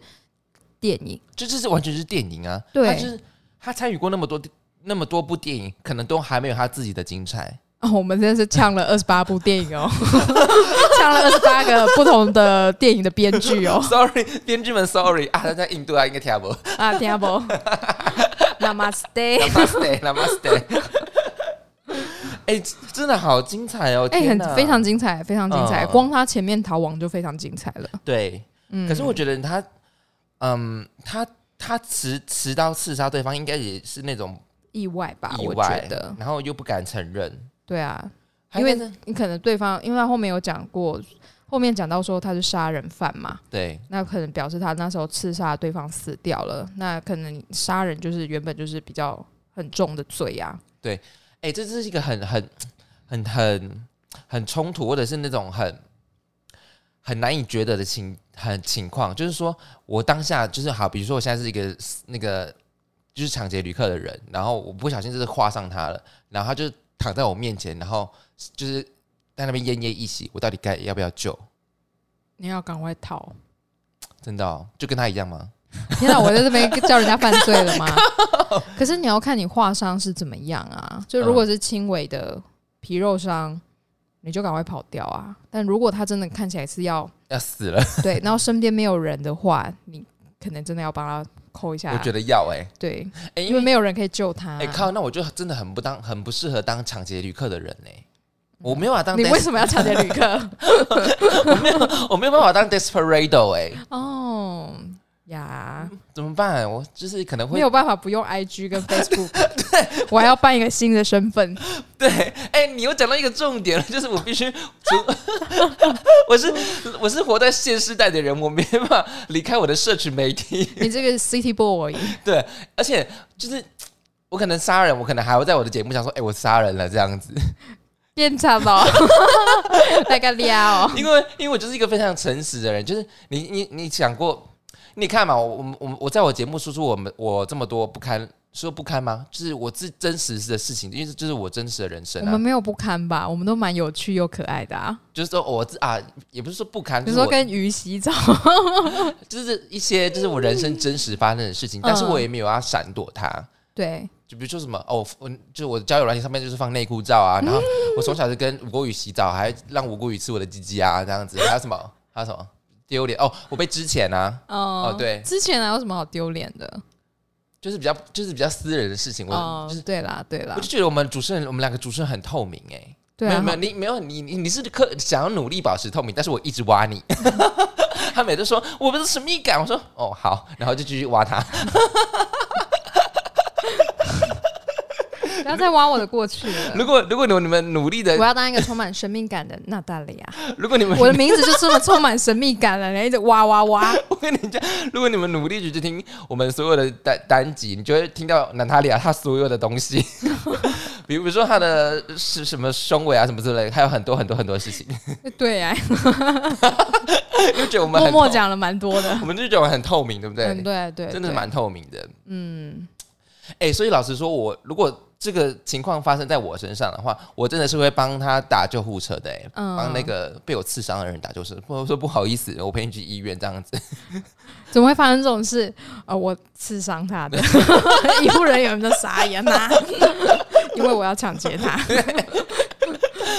[SPEAKER 2] 电影，
[SPEAKER 1] 这这是完全是电影啊，
[SPEAKER 2] 对
[SPEAKER 1] 他就是他参与过那么多那么多部电影，可能都还没有他自己的精彩。
[SPEAKER 2] 哦，我们真的是呛 了二十八部电影哦， 呛了二十八个不同的电影的编剧哦，
[SPEAKER 1] Sorry，编剧们，Sorry 啊，他在印度啊，应该听不懂。
[SPEAKER 2] 啊，听不 ？Namaste，
[SPEAKER 1] Namaste，Namaste。哎、真的好精彩哦！
[SPEAKER 2] 哎、
[SPEAKER 1] 天哪
[SPEAKER 2] 很非常精彩，非常精彩，
[SPEAKER 1] 嗯
[SPEAKER 2] 光他前面逃亡就非常精彩了。
[SPEAKER 1] 对。
[SPEAKER 2] 嗯，
[SPEAKER 1] 可是我觉得他，嗯，他他持持刀刺杀对方，应该也是那种
[SPEAKER 2] 意外吧，
[SPEAKER 1] 意
[SPEAKER 2] 啊我
[SPEAKER 1] 外
[SPEAKER 2] 觉得，，
[SPEAKER 1] 然后又不敢承认，
[SPEAKER 2] 对啊，
[SPEAKER 1] 还
[SPEAKER 2] 因为
[SPEAKER 1] 在那
[SPEAKER 2] 你可能对方，因为他后面有讲过，后面讲到说他是杀人犯嘛，
[SPEAKER 1] 对
[SPEAKER 2] 那可能表示他那时候刺杀对方死掉了，那可能杀人就是原本就是比较很重的罪啊，
[SPEAKER 1] 哎、这是一个很很很很很冲突，或者是那种很很难以觉得的情很情况，就是说我当下就是好，比如说我现在是一个那个就是抢劫旅客的人，然后我不小心就是划上他了，然后他就躺在我面前，然后就是在那边奄奄一息，我到底该要不要救？
[SPEAKER 2] 你要赶快逃！
[SPEAKER 1] 真的、哦、就跟他一样吗？
[SPEAKER 2] 天哪，我在这边叫人家犯罪了吗？可是你要看你划伤是怎么样啊，就如果是轻微的皮肉伤，你就赶快跑掉啊。但如果他真的看起来是要
[SPEAKER 1] 要死了，
[SPEAKER 2] 对，然后身边没有人的话，你可能真的要帮他扣一下。
[SPEAKER 1] 我觉得要哎、
[SPEAKER 2] 对，
[SPEAKER 1] 哎、
[SPEAKER 2] 因
[SPEAKER 1] 因
[SPEAKER 2] 为
[SPEAKER 1] 为
[SPEAKER 2] 没有人可以救他。
[SPEAKER 1] 哎、靠，那我就真的很不当很不适合当抢劫旅客的人呢、我没有办法当
[SPEAKER 2] 嗯你
[SPEAKER 1] des-
[SPEAKER 2] 为什么要抢劫 旅客？
[SPEAKER 1] 我没有办法当 desperado 哎、
[SPEAKER 2] 哦呀，
[SPEAKER 1] 怎么办？我就是可能嗯
[SPEAKER 2] 没
[SPEAKER 1] 会
[SPEAKER 2] 有办法不用 IG 跟 Facebook，我还要办一个新的身 份。
[SPEAKER 1] 对，哎、你又讲到一个重点了， 就是我必须除， 我是我是活在现世代的人，我没办法离开我的社群媒体，
[SPEAKER 2] 你这个 City Boy，
[SPEAKER 1] 对，而且就是我可能杀人，我可能还会在我的节目上说，哎、我杀人了这样子，
[SPEAKER 2] 变差了，大概撩哦。
[SPEAKER 1] 因为因为我就是一个非常诚实的人，就是你你你想过，你看嘛，我我我我在我节目说出我们我这么多不堪，说不堪吗？就是我自真实的事情，因为这就是我真实的人生
[SPEAKER 2] 我们
[SPEAKER 1] 啊，
[SPEAKER 2] 没有不堪吧？我们都蛮有趣又可爱的啊。
[SPEAKER 1] 就是说我自啊，也不是说不堪，就
[SPEAKER 2] 比
[SPEAKER 1] 是
[SPEAKER 2] 如说
[SPEAKER 1] 我
[SPEAKER 2] 跟鱼 洗澡，
[SPEAKER 1] 就是一些就是我人生真实发生的事情，
[SPEAKER 2] 嗯
[SPEAKER 1] 但是我也没有要闪躲它。
[SPEAKER 2] 对，
[SPEAKER 1] 就比如说什么哦，我就我的交友软件上面就是放内裤照啊，然后我从小就跟吴国宇洗澡，还让吴国宇吃我的鸡鸡啊，这样子，还有什么还有什么丢脸哦，我被之前啊，
[SPEAKER 2] 哦
[SPEAKER 1] 对
[SPEAKER 2] 之前哪有什么好丢脸的？
[SPEAKER 1] 就是比较就是比较私人的事情，我、
[SPEAKER 2] 哦
[SPEAKER 1] 就是，
[SPEAKER 2] 对啦，对啦
[SPEAKER 1] 我就，觉得我们主持人我们两个主持人很透明哎、
[SPEAKER 2] 对
[SPEAKER 1] 没有
[SPEAKER 2] 啊
[SPEAKER 1] 没，有，你没有你你你是刻想要努力保持透明，但是我一直挖你。 他每次说我们的神秘感，我说哦好，然后就继续挖 他。
[SPEAKER 2] 不要再挖我的过去 了。
[SPEAKER 1] 如果如果你们你们努力的
[SPEAKER 2] 我，要当一个充满神秘感的娜大利亚，
[SPEAKER 1] 如果你 们
[SPEAKER 2] 我的名字就这么充满神秘感了，然后一直挖挖挖。
[SPEAKER 1] 我跟你讲，如果你们努力去听我们所有的单单集，你就会听到娜塔莉亚她所有的东西， 比如说她的是什么胸围啊什么之类的，还有很多很多很多事 情，
[SPEAKER 2] 对啊，
[SPEAKER 1] 就觉得我们
[SPEAKER 2] 默
[SPEAKER 1] 很
[SPEAKER 2] 默
[SPEAKER 1] 透，
[SPEAKER 2] 讲了蛮多的。
[SPEAKER 1] 我们就觉得我们很透明，对不对？
[SPEAKER 2] 嗯，对对，
[SPEAKER 1] 真的
[SPEAKER 2] 对
[SPEAKER 1] 蛮透明的。
[SPEAKER 2] 嗯，
[SPEAKER 1] 哎、所以老实说，我如果这个情况发生在我身上的话，我真的是会帮他打救护车的、哎、
[SPEAKER 2] 嗯
[SPEAKER 1] 帮那个被我刺伤的人打救护车，或者说不好意思，我陪你去医院这样子。
[SPEAKER 2] 怎么会发生这种事？呃，我刺伤他 的医护人员都傻眼啦、 因为我要抢劫他。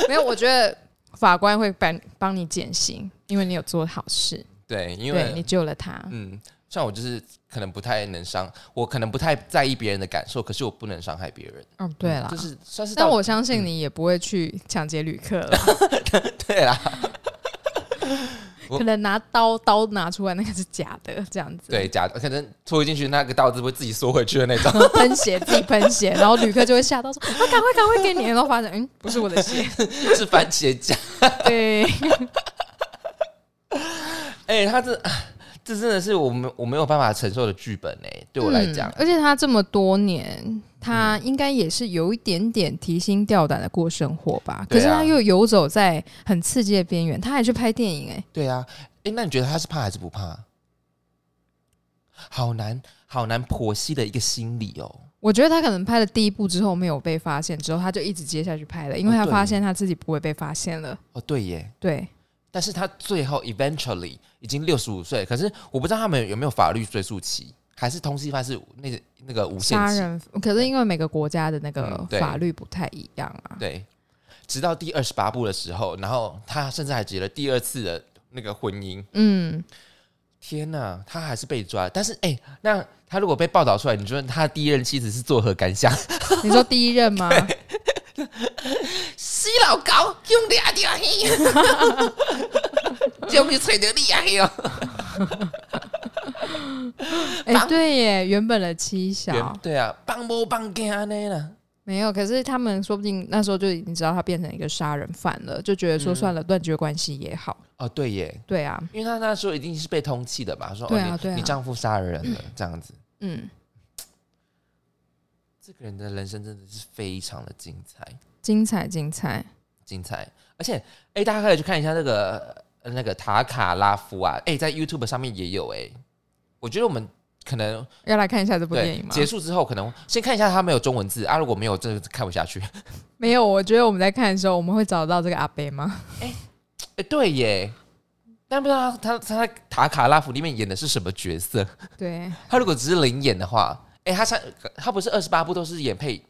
[SPEAKER 2] 没有，我觉得法官会帮帮你减刑，因为你有做好事，
[SPEAKER 1] 对，因
[SPEAKER 2] 对你
[SPEAKER 1] 为
[SPEAKER 2] 救了他。
[SPEAKER 1] 嗯，像我就是可能不太能伤，我可能不太在意别人的感受，可是我不能伤害别人。
[SPEAKER 2] 嗯，对了
[SPEAKER 1] 就。是算是
[SPEAKER 2] 但
[SPEAKER 1] 到
[SPEAKER 2] 我相信你也不会去抢劫旅客了，
[SPEAKER 1] 对啦，我嗯
[SPEAKER 2] 可能拿刀刀拿出来那个是假的，这样子。
[SPEAKER 1] 对，假的可能戳进去那个刀子会自己缩回去的那种，
[SPEAKER 2] 喷血自己喷 血，然后旅客就会吓到说：“啊，赶快赶快给你！”然后发现嗯，不是我的血。
[SPEAKER 1] 是番茄酱。
[SPEAKER 2] 对，
[SPEAKER 1] 哎、他这 这真的是我们我没有办法承受的剧本哎、对我来讲
[SPEAKER 2] 嗯，而且他这么多年，他应该也是有一点点提心吊胆的过生活吧。可
[SPEAKER 1] 对啊
[SPEAKER 2] 是他又游走在很刺激的边缘，他还去拍电影、欸，
[SPEAKER 1] 对啊，哎、那你觉得他是怕还是不怕？好难，好难剖析的一个心理哦。
[SPEAKER 2] 我觉得他可能拍了第一部之后没有被发现，之后他就一直接下去拍了，因为
[SPEAKER 1] 哦
[SPEAKER 2] 他
[SPEAKER 1] 对
[SPEAKER 2] 发现他自己不会被发现了。
[SPEAKER 1] 哦，对耶，
[SPEAKER 2] 对，
[SPEAKER 1] 但是他最后 eventually 已经六十五岁，可是我不知道他们有没有法律追诉期，还是通缉犯是那个那个无限
[SPEAKER 2] 杀
[SPEAKER 1] 期？
[SPEAKER 2] 人，可是因为每个国家的那
[SPEAKER 1] 嗯
[SPEAKER 2] 个
[SPEAKER 1] 对
[SPEAKER 2] 法律不太一样啊。
[SPEAKER 1] 对，直到第二十八部的时候，然后他甚至还结了第二次的那个婚姻。
[SPEAKER 2] 嗯，
[SPEAKER 1] 天呐，他还是被抓，但是哎、那他如果被报道出来，你说他第一任妻子是作何感想？
[SPEAKER 2] 你说第一任 吗？
[SPEAKER 1] 死老高，用俩掉 嘿，就去吹得厉害哦。
[SPEAKER 2] 哎、对耶，原本的妻小
[SPEAKER 1] 原对啊，帮不帮给安内啦？
[SPEAKER 2] 没有，可是他们说不定那时候就已经知道他变成一个杀人犯了，就觉得
[SPEAKER 1] 嗯
[SPEAKER 2] 说算了，断绝关系也好。
[SPEAKER 1] 哦，对耶，
[SPEAKER 2] 对啊，
[SPEAKER 1] 因为他那时候一定是被通缉的吧？说
[SPEAKER 2] 对
[SPEAKER 1] 哦
[SPEAKER 2] 啊
[SPEAKER 1] 你、
[SPEAKER 2] 对啊
[SPEAKER 1] 你丈夫杀人了这样子。
[SPEAKER 2] 嗯，
[SPEAKER 1] 这个人的人生真的是非常的精彩。
[SPEAKER 2] 精彩精彩。
[SPEAKER 1] 精彩。而且，哎、大家可以去看一下那个呃那个塔卡拉夫啊，哎、在 YouTube 上面也有哎、我觉得我们可能
[SPEAKER 2] 要来看一下这部电
[SPEAKER 1] 对
[SPEAKER 2] 影吗？
[SPEAKER 1] 结束之后，可能先看一下他没有中文字啊，如果没有，这个看不下去。哎、
[SPEAKER 2] 没有，我觉得我们在看的时候，我们会找到这个阿 贝吗？
[SPEAKER 1] 对耶，但不知道他他他在塔卡拉夫里面演的是什么角色？
[SPEAKER 2] 对，
[SPEAKER 1] 他如果只是零演的话，哎、他才他不是二十八部都是演配。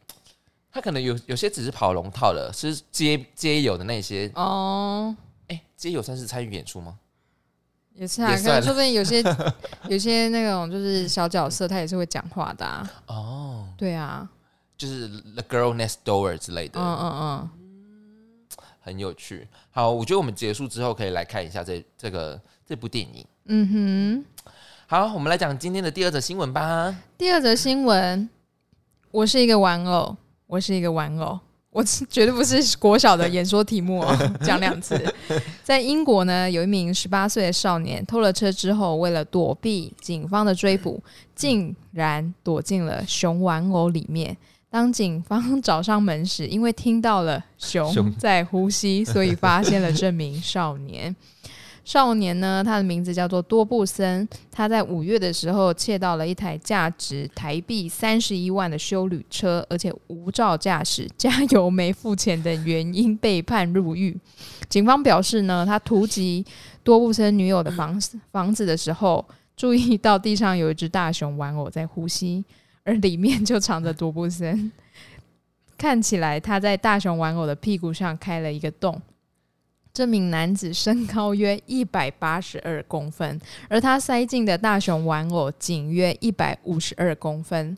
[SPEAKER 1] 他可能有有些只是跑龙套了，是街街友的那些，
[SPEAKER 2] 哦，
[SPEAKER 1] 哎、街友算是参与演出吗？
[SPEAKER 2] 也是啊，
[SPEAKER 1] 也
[SPEAKER 2] 可
[SPEAKER 1] 算了
[SPEAKER 2] 能说不定 有些有些那种就是小角色，他也是会讲话的、啊。
[SPEAKER 1] 哦，
[SPEAKER 2] 对啊，
[SPEAKER 1] 就是 The Girl Next Door 之类的，
[SPEAKER 2] 嗯嗯
[SPEAKER 1] 很有趣。好，我觉得我们结束之后可以来看一下这这个这部电影。
[SPEAKER 2] 嗯嗯
[SPEAKER 1] 好，我们来讲今天的第二则新闻吧。
[SPEAKER 2] 哼。第二则新闻，我是一个玩偶，我是一个玩偶。我是绝对不是国小的演说题目哦，讲两次。在英国呢，有一名十八岁的少年偷了车之后，为了躲避警方的追捕，竟然躲进了熊玩偶里面。当警方找上门时，因为听到了熊
[SPEAKER 1] 熊
[SPEAKER 2] 在呼吸，所以发现了这名少年。少年呢，他的名字叫做多布森，他在五月的时候窃盗了一台价值台币三十一万的修旅车，而且无照驾驶、加油没付钱等原因被判入狱。警方表示呢，他突击多布森女友的房子房子的时候，注意到地上有一只大熊玩偶在呼吸，而里面就藏着多布森。看起来他在大熊玩偶的屁股上开了一个洞。这名男子身高约一百八十二公分，而他塞进的大熊玩偶仅约一百五十二公分。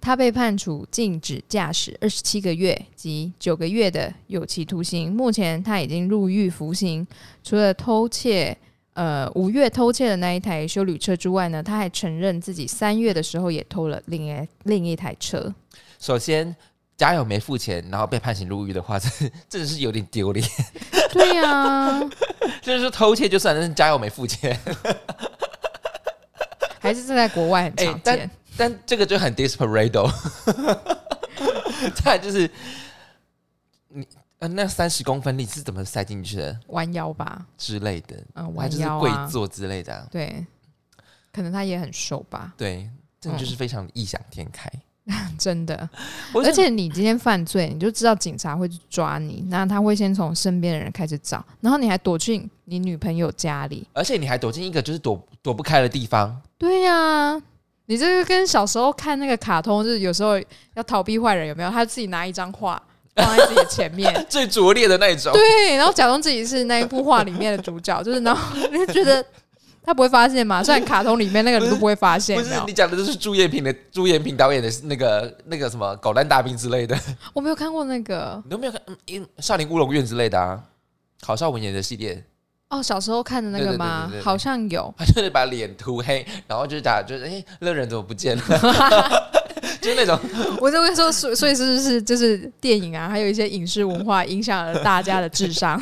[SPEAKER 2] 他被判处禁止驾驶二十七个月及九个月的有期徒刑，目前他已经入狱服刑。除了偷窃，呃，五月偷窃的那一台修旅车之外呢，他还承认自己三月的时候也偷了另一另一台车。
[SPEAKER 1] 首先，家友没付钱，然后被判刑入狱的话，这真的是有点丢脸。
[SPEAKER 2] 对呀、啊，
[SPEAKER 1] 就是偷窃就算，但是家友没付钱，
[SPEAKER 2] 还是这在国外很
[SPEAKER 1] 哎、
[SPEAKER 2] 常见。
[SPEAKER 1] 但但这个就很 desperado。再来就是你呃，那三十公分你是怎么塞进去的
[SPEAKER 2] 弯腰吧，
[SPEAKER 1] 之类的？
[SPEAKER 2] 嗯，
[SPEAKER 1] 还
[SPEAKER 2] 弯
[SPEAKER 1] 就是
[SPEAKER 2] 腰
[SPEAKER 1] 跪
[SPEAKER 2] 啊，
[SPEAKER 1] 坐之类的啊、
[SPEAKER 2] 对，可能他也很瘦吧，
[SPEAKER 1] 对，这就是非常异想天开。
[SPEAKER 2] 真的。
[SPEAKER 1] 我
[SPEAKER 2] 嗯而
[SPEAKER 1] 想
[SPEAKER 2] 且你今天犯罪，你就知道警察会去抓你，那他会先从身边的人开始找，然后你还躲去你女朋友家里。
[SPEAKER 1] 而且你还躲进一个就是躲躲不开的地方，
[SPEAKER 2] 对呀、你这个跟小时候看那个卡通，就是有时候要逃避坏人，有没有？他自己拿一张画放在自己的 前面，
[SPEAKER 1] 最拙劣的那一种。
[SPEAKER 2] 对，然后假装自己是那一部画里面的主角，就是然后你就觉得他不会发现嘛，虽然卡通里面那个人都不会发现，
[SPEAKER 1] 不
[SPEAKER 2] 有没
[SPEAKER 1] 是
[SPEAKER 2] 有
[SPEAKER 1] 你讲的，就是朱延平的朱延平导演的那个那个什么《狗蛋大兵》之类的，
[SPEAKER 2] 我没有看过那个
[SPEAKER 1] 你都没有看嗯嗯《少林乌龙院》之类的啊，郝邵文演的系列，
[SPEAKER 2] 哦，小时候看的那个吗？
[SPEAKER 1] 对对对对对对
[SPEAKER 2] 好像有，
[SPEAKER 1] 他就是把脸涂黑，然后就是打就是哎，那、人怎么不见了？ 就是那种
[SPEAKER 2] 我就会说，所所以是不是就是电影啊，还有一些影视文化影响了大家的智商？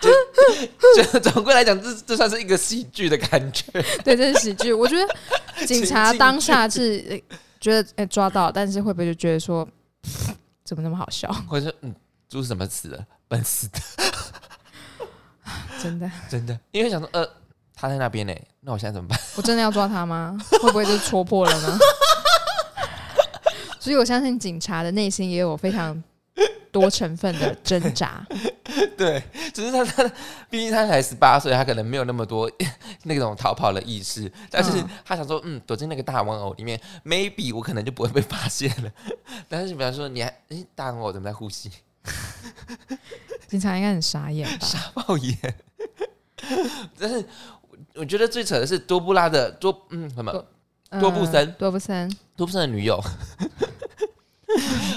[SPEAKER 1] 就总归来讲，这这算是一个喜剧的感觉。
[SPEAKER 2] 对，这是喜剧。我觉得警察
[SPEAKER 1] 情境
[SPEAKER 2] 当下是呃觉得、呃抓到，但是会不会就觉得说 怎么那么好笑？
[SPEAKER 1] 我说嗯，猪是怎么死的？笨死的，
[SPEAKER 2] 真的，
[SPEAKER 1] 真的。因为想说呃，他在那边呢，那我现在怎么办？
[SPEAKER 2] 我真的要抓他吗？会不会就戳破了呢？所以我相信警察的内心也有非常多成分的挣扎。
[SPEAKER 1] 对，只是他他毕竟他才十八岁，他可能没有那么多 那种逃跑的意识，但是
[SPEAKER 2] 嗯
[SPEAKER 1] 他想说，嗯，躲进那个大玩偶里面，maybe 我可能就不会被发现了。 但是比方说，你还诶，大玩偶怎么在呼吸？
[SPEAKER 2] 警察应该很傻眼吧？
[SPEAKER 1] 爆眼。 但是我我觉得最扯的是多布拉的多嗯什么
[SPEAKER 2] 多
[SPEAKER 1] 多布森
[SPEAKER 2] 嗯多布森，
[SPEAKER 1] 多布森的女友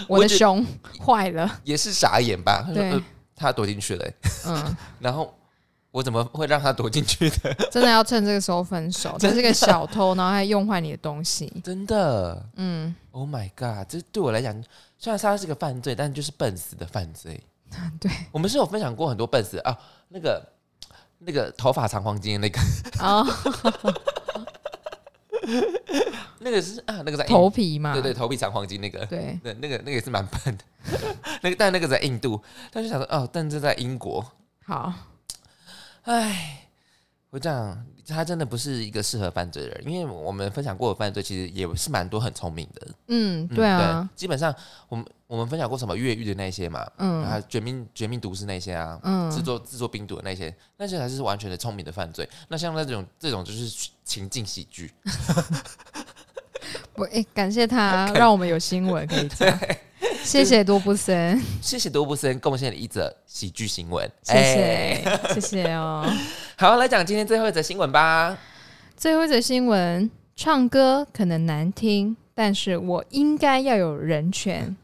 [SPEAKER 2] 我的
[SPEAKER 1] 觉
[SPEAKER 2] 胸坏了。
[SPEAKER 1] 也是傻眼吧？他说、
[SPEAKER 2] 对
[SPEAKER 1] 呃、他躲进去了、欸
[SPEAKER 2] 嗯，
[SPEAKER 1] 然后我怎么会让他躲进去的？
[SPEAKER 2] 真的要趁这个时候分 手。他是个小偷，然后还用坏你的东西。
[SPEAKER 1] 真的。
[SPEAKER 2] 嗯，
[SPEAKER 1] Oh my god！这对我来讲，虽然他是个犯罪，但就是笨死的犯罪。
[SPEAKER 2] 对，
[SPEAKER 1] 我们是有分享过很多笨死的啊，那个那个头发藏黄金的那个，
[SPEAKER 2] 哦，
[SPEAKER 1] 那个是啊，那个在印
[SPEAKER 2] 头皮嘛，
[SPEAKER 1] 对对，头皮藏黄金那个，
[SPEAKER 2] 对
[SPEAKER 1] 那那个那个也是蛮笨的。 那个但那个在印度，但是想说哦，但是在英国，
[SPEAKER 2] 好，
[SPEAKER 1] 唉，我讲他真的不是一个适合犯罪的人，因为我们分享过的犯罪其实也是蛮多很聪明的。
[SPEAKER 2] 嗯，
[SPEAKER 1] 嗯
[SPEAKER 2] 对啊，
[SPEAKER 1] 基本上我们我们分享过什么越狱的那些嘛，
[SPEAKER 2] 嗯
[SPEAKER 1] 啊，绝命绝命毒师那些啊，
[SPEAKER 2] 嗯
[SPEAKER 1] 制作制作冰毒的那些，那些才是完全的聪明的犯罪。那像那种这种就是情境喜剧，
[SPEAKER 2] 我诶， 感谢他让我们有新闻可以讲，谢谢多布 森，
[SPEAKER 1] 谢谢多布森贡献了一则喜剧新闻，
[SPEAKER 2] 谢
[SPEAKER 1] 哎
[SPEAKER 2] 谢，谢谢哦。
[SPEAKER 1] 好，来讲今天最后一则新闻吧。
[SPEAKER 2] 最后一则新闻，唱歌可能难听，但是我应该要有人权。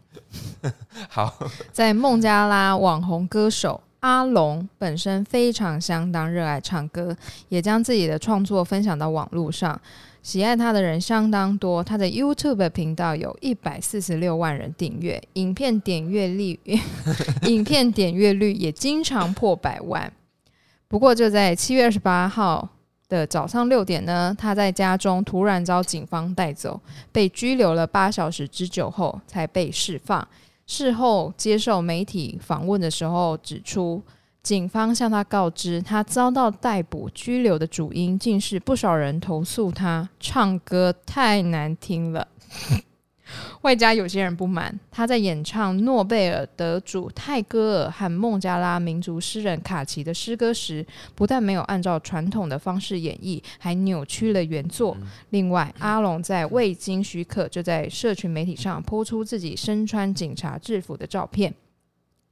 [SPEAKER 1] 好，
[SPEAKER 2] 在孟加拉网红歌手阿龙本身非常相当热爱唱歌，也将自己的创作分享到网络上，喜爱他的人相当多。他的 YouTube 频道有一百四十六万人订阅，影片点阅率， 影片点阅率也经常破百万。不过就在七月二十八号。的早上六点呢，他在家中突然遭警方带走，被拘留了八小时之久后才被释放。事后接受媒体访问的时候指出，警方向他告知，他遭到逮捕拘留的主因，竟是不少人投诉他唱歌太难听了。 外加有些人不满，他在演唱诺贝尔得主泰戈尔和孟加拉民族诗人卡奇的诗歌时，不但没有按照传统的方式演绎，还扭曲了原作。另外，阿龙在未经许可就在社群媒体上抛出自己身穿警察制服的照片。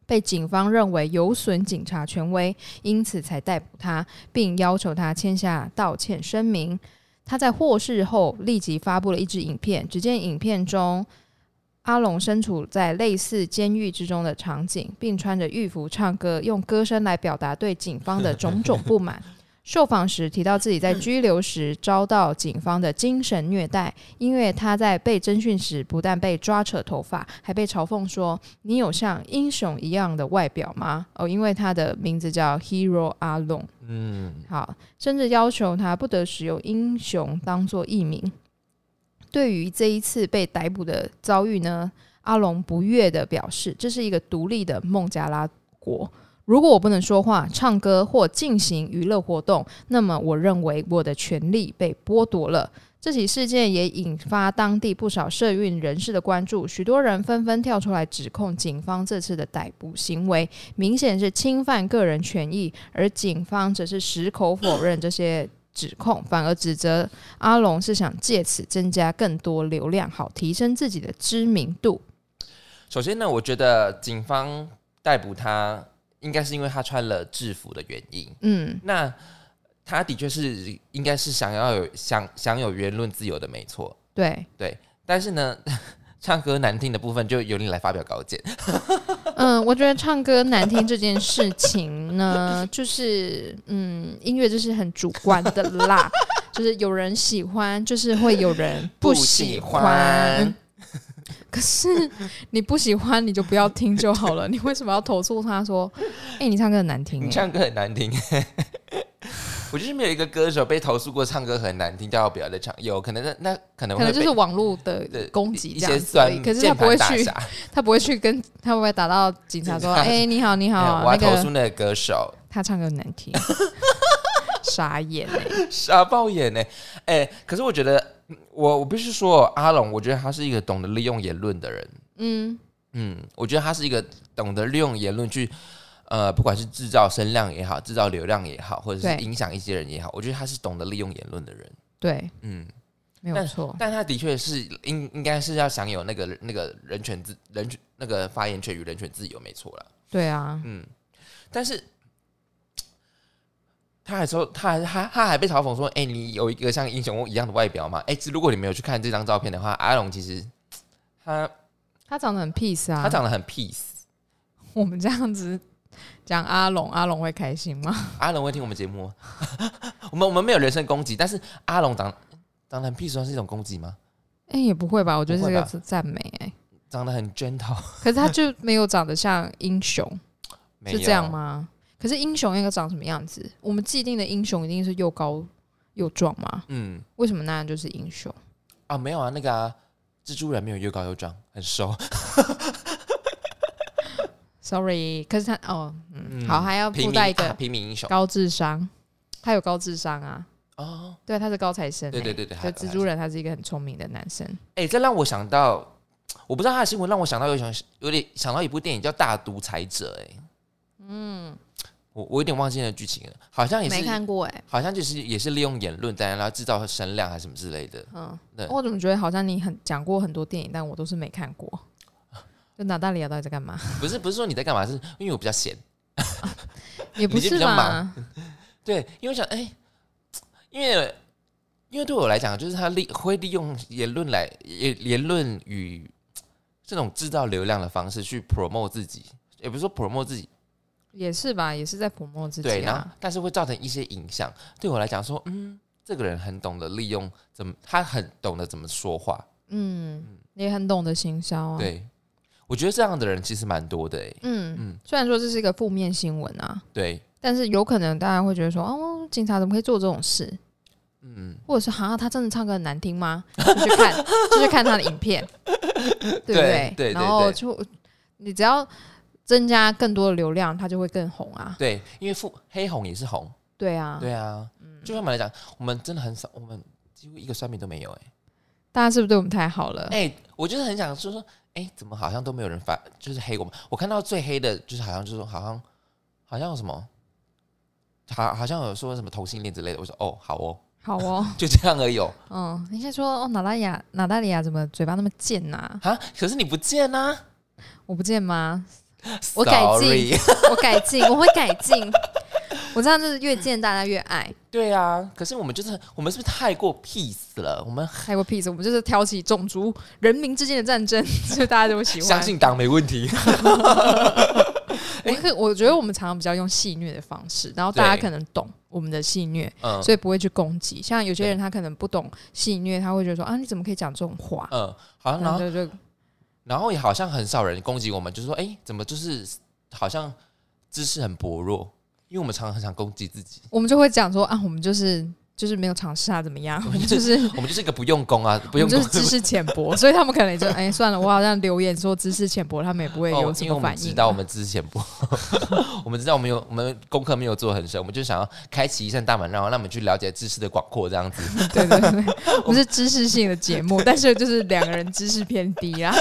[SPEAKER 2] 被警方认为有损警察权威，因此才逮捕他，并要求他签下道歉声明。他在获释后立即发布了一支影片，只见影片中阿龙身处在类似监狱之中的场景，并穿着狱服唱歌，用歌声来表达对警方的种种不满。受访时提到自己在拘留时遭到警方的精神虐待，因为他在被侦讯时不但被抓扯头发，还被嘲讽说：“你有像英雄一样的外表吗？”哦，因为他的名字叫 Hero 阿龙。
[SPEAKER 1] 嗯，
[SPEAKER 2] 好，甚至要求他不得使用“英雄”当做艺名。对于这一次被逮捕的遭遇呢，阿龙不悦的表示，这是一个独立的孟加拉国。如果我不能说话、唱歌或进行娱乐活动，那么我认为我的权利被剥夺了。这起事件也引发当地不少社运人士的关注，许多人纷纷跳出来指控警方这次的逮捕行为明显是侵犯个人权益，而警方则是矢口否认这些指控，反而指责阿龙是想借此增加更多流量，好提升自己的知名度。
[SPEAKER 1] 首先呢，我觉得警方逮捕他，应该是因为他穿了制服的原因。
[SPEAKER 2] 嗯
[SPEAKER 1] 那他的确是应该是想要有想享有言论自由的，没错。
[SPEAKER 2] 对，
[SPEAKER 1] 但是呢， 唱歌难听的部分就由你来发表高见。
[SPEAKER 2] 嗯，我觉得唱歌难听这件事情呢，就是嗯，音乐就是很主观的啦，就是有人喜欢，就是会有人喜欢。可是你不喜欢，你就不要听就好了。你为什么要投诉他说，哎、你唱歌很难听、
[SPEAKER 1] 你
[SPEAKER 2] 欸？
[SPEAKER 1] 唱歌很难听。 我就是没有一个歌手被投诉过唱歌很难听，叫他不要再唱。有可能那那可能
[SPEAKER 2] 可
[SPEAKER 1] 会被
[SPEAKER 2] 能就是网络的
[SPEAKER 1] 对
[SPEAKER 2] 攻击
[SPEAKER 1] 一
[SPEAKER 2] 这
[SPEAKER 1] 些
[SPEAKER 2] 样子而
[SPEAKER 1] 酸
[SPEAKER 2] 已，可是他
[SPEAKER 1] 键
[SPEAKER 2] 不会
[SPEAKER 1] 盘打
[SPEAKER 2] 去， 哦
[SPEAKER 1] 傻。
[SPEAKER 2] 他不会去跟他不会打到警察说：“哎、你好，你好，
[SPEAKER 1] 我
[SPEAKER 2] 那
[SPEAKER 1] 要投
[SPEAKER 2] 个
[SPEAKER 1] 诉那个歌手，
[SPEAKER 2] 他唱歌很难 听。”傻眼哎、
[SPEAKER 1] 傻爆眼呢、哎、可是我觉得，嗯我我必须说，阿龙，我觉得他是一个懂得利用言论的人。
[SPEAKER 2] 嗯
[SPEAKER 1] 嗯，我觉得他是一个懂得利用言论去，呃，不管是制造声量也好，制造流量也好，或者
[SPEAKER 2] 对
[SPEAKER 1] 是影响一些人也好，我觉得他是懂得利用言论的人。
[SPEAKER 2] 对，
[SPEAKER 1] 嗯，
[SPEAKER 2] 没有错，
[SPEAKER 1] 但他的确是应应该是要享有那个那个人权自人权那个发言权与人权自由，没错了。
[SPEAKER 2] 对啊，
[SPEAKER 1] 嗯，但是他还说，他还他他还被嘲讽说：“哎、你有一个像英雄一样的外表嘛？”哎、其实如果你没有去看这张照片的话，阿龙其实他
[SPEAKER 2] 他长得很 peace 啊。
[SPEAKER 1] 他长得很 peace。
[SPEAKER 2] 我们这样子讲阿龙，阿龙会开心吗？
[SPEAKER 1] 阿龙会听我们节目吗？ 我们我们没有人身攻击，但是阿龙长长得很 peace 算是一种攻击吗？
[SPEAKER 2] 哎、也不会吧，我觉得
[SPEAKER 1] 不
[SPEAKER 2] 这
[SPEAKER 1] 会
[SPEAKER 2] 个
[SPEAKER 1] 吧
[SPEAKER 2] 是赞美哎、
[SPEAKER 1] 长得很 gentle，
[SPEAKER 2] 可是他就没有长得像英雄，
[SPEAKER 1] 没有
[SPEAKER 2] 是这样？吗？可是英雄应该长什么样子？我们既定的英雄一定是又高又壮吗？
[SPEAKER 1] 嗯
[SPEAKER 2] 为什么那样就是英雄？
[SPEAKER 1] 啊，没有啊，那个啊，蜘蛛人没有又高又壮，很瘦。
[SPEAKER 2] Sorry，可是他哦，嗯，
[SPEAKER 1] 嗯
[SPEAKER 2] 好，还要
[SPEAKER 1] 平
[SPEAKER 2] 附
[SPEAKER 1] 民
[SPEAKER 2] 带一
[SPEAKER 1] 啊
[SPEAKER 2] 个
[SPEAKER 1] 平民英雄
[SPEAKER 2] 高智商，他有高智商啊，
[SPEAKER 1] 哦，
[SPEAKER 2] 对，他是高材生欸、
[SPEAKER 1] 对对对对
[SPEAKER 2] 就
[SPEAKER 1] 他
[SPEAKER 2] 蜘蛛人他是一个很聪明的男生，
[SPEAKER 1] 哎、这让我想到，我不知道他的新闻让我想到有想有点想到一部电影叫《大独裁者》哎，嗯，我我有点忘记了剧情了，好像也
[SPEAKER 2] 没
[SPEAKER 1] 是，
[SPEAKER 2] 看过哎、
[SPEAKER 1] 好像就是也是利用言论，当然然后制造声量啊还是什么之类的，
[SPEAKER 2] 嗯，
[SPEAKER 1] 对
[SPEAKER 2] 我怎么觉得好像你很讲过很多电影，但我都是没看过。 就哪大里亚到底在干嘛？
[SPEAKER 1] 不是不是说你在干嘛，是因为我比较闲，
[SPEAKER 2] 也不
[SPEAKER 1] 你是
[SPEAKER 2] 是
[SPEAKER 1] 比较
[SPEAKER 2] 吧
[SPEAKER 1] 忙？对，因为我想哎、因为因为对我来讲，就是他利会利用言论来言言论与这种制造流量的方式去 promote 自己，也不是说 promote 自己，
[SPEAKER 2] 也是吧，也是在抚摸自
[SPEAKER 1] 对，
[SPEAKER 2] 己
[SPEAKER 1] 然后
[SPEAKER 2] 啊。
[SPEAKER 1] 但是会造成一些影响。对我来讲说，嗯，这个人很懂得利用怎么，他很懂得怎么说话。
[SPEAKER 2] 嗯，也很懂得行销啊。，
[SPEAKER 1] 对，我觉得这样的人其实蛮多的诶。
[SPEAKER 2] 嗯嗯
[SPEAKER 1] 嗯。
[SPEAKER 2] 虽然说这是一个负面新闻啊，
[SPEAKER 1] 对，
[SPEAKER 2] 但是有可能大家会觉得说，哦，警察怎么可以做这种事？
[SPEAKER 1] 嗯，
[SPEAKER 2] 或者是哈，他真的唱歌很难听吗？就去看， 就去看他的影片，对不对？
[SPEAKER 1] 对对
[SPEAKER 2] 然后
[SPEAKER 1] 对
[SPEAKER 2] 就你只要增加更多的流量，它就会更红啊。
[SPEAKER 1] 对，因为富黑红也是红，
[SPEAKER 2] 对啊，
[SPEAKER 1] 对啊，就像我们来讲，我们真的很少，我们几乎一个酸民都没有、欸，
[SPEAKER 2] 大家是不是对我们太好了？
[SPEAKER 1] 哎、我就是很想说说，哎、怎么好像都没有人发，就是黑我们？我看到最黑的，就是好像就是好像好像有什么，好好像有说什么同性恋之类的。我说哦，好哦，
[SPEAKER 2] 好哦，
[SPEAKER 1] 就这样而已哦
[SPEAKER 2] 嗯，你先说哦，娜大利亚，娜大利亚怎么嘴巴那么贱呐、
[SPEAKER 1] 啊。可是你不见啦、
[SPEAKER 2] 我不贱吗？我改进
[SPEAKER 1] Sorry
[SPEAKER 2] 我改进，我会改进。我知道，就是越贱大家越爱。
[SPEAKER 1] 对啊，可是我们就是我们是不是太过 peace 了？我们
[SPEAKER 2] 开过 peace，我们就是挑起种族、人民之间的战争，所以大家都会喜欢。
[SPEAKER 1] 相信党没问题。
[SPEAKER 2] 我可我觉得我们常常比较用戏虐的方式，然后大家可能懂我们的戏虐，
[SPEAKER 1] 嗯
[SPEAKER 2] 所以不会去攻击。像有些人他可能不懂戏虐，他会觉得说啊，你怎么可以讲这种话？
[SPEAKER 1] 嗯，好像然
[SPEAKER 2] 然后
[SPEAKER 1] 后
[SPEAKER 2] 就就
[SPEAKER 1] 然后也好像很少人攻击我们，就是说哎、怎么就是好像知识很薄弱？因为我们常常很想攻击自己，
[SPEAKER 2] 我们就会讲说啊，我们就是就是没有尝试啊，怎么样？我们就是
[SPEAKER 1] 我们就是一个不用功 啊，不
[SPEAKER 2] 我们
[SPEAKER 1] 用
[SPEAKER 2] 就
[SPEAKER 1] 功
[SPEAKER 2] 是知识浅薄，所以他们可能也就哎算了，我好像留言说知识浅薄，他们也不会有
[SPEAKER 1] 哦，
[SPEAKER 2] 什
[SPEAKER 1] 因为我们
[SPEAKER 2] 么反
[SPEAKER 1] 知
[SPEAKER 2] 应
[SPEAKER 1] 道
[SPEAKER 2] 啊、
[SPEAKER 1] 我们之前不， 我们知道我们有我们功课没有做很深，我们就想要开启一扇大门，然后让我们去了解知识的广阔，这样子。
[SPEAKER 2] 啊 对对对，我们是知识性的节目，但是就是两个人知识偏 低啊。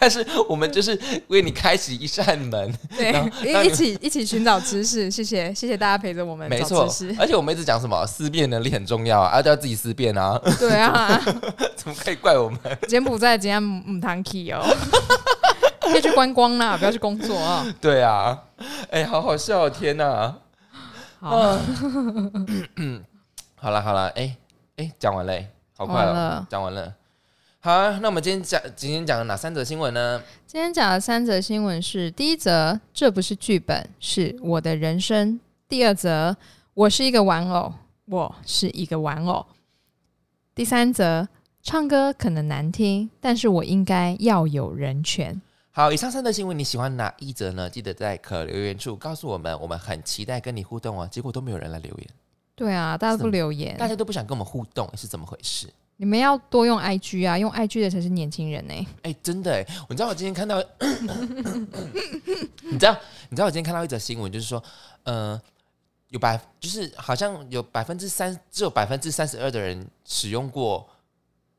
[SPEAKER 1] 但是我们就是为你开启一扇门，
[SPEAKER 2] 对
[SPEAKER 1] 然后，让
[SPEAKER 2] 一
[SPEAKER 1] 你
[SPEAKER 2] 一起一起寻找知识，谢谢谢谢大家陪着我们
[SPEAKER 1] 没
[SPEAKER 2] 找
[SPEAKER 1] 错
[SPEAKER 2] 知。识。
[SPEAKER 1] 而且我们一直讲什么思辨能力很重要啊，啊都要自己思辨啊，
[SPEAKER 2] 对啊，
[SPEAKER 1] 怎么可以怪我们？
[SPEAKER 2] 柬埔寨今天母堂 key 哦， 可以去观光啦，不要去工作啊、
[SPEAKER 1] 对啊，哎、好好笑哦，天哪、
[SPEAKER 2] 好，
[SPEAKER 1] 好了好了，哎哎，讲完嘞，好快
[SPEAKER 2] 完
[SPEAKER 1] 哦
[SPEAKER 2] 了，
[SPEAKER 1] 讲完了。好啊、那我们今天讲今天讲了哪三则新闻呢？
[SPEAKER 2] 今天讲的三则新闻是：第一则，这不是剧本，是我的人生；第二则，我是一个玩偶，我是一个玩偶；第三则，唱歌可能难听，但是我应该要有人权。
[SPEAKER 1] 好，以上三则新闻你喜欢哪一则呢？记得在可留言处告诉我们，我们很期待跟你互动哦。结果都没有人来留言，
[SPEAKER 2] 对啊，大家都不留言，
[SPEAKER 1] 大家都不想跟我们互动，是怎么回事？
[SPEAKER 2] 你们要多用 IG 啊，用 IG 的才是年轻人呢、欸
[SPEAKER 1] 哎、真的哎，你知道我今天看到， 你知道，你知道我今天看到一则新闻，就是说，呃，有百，就是好像有百分之三，只有百分之三十二的人使用过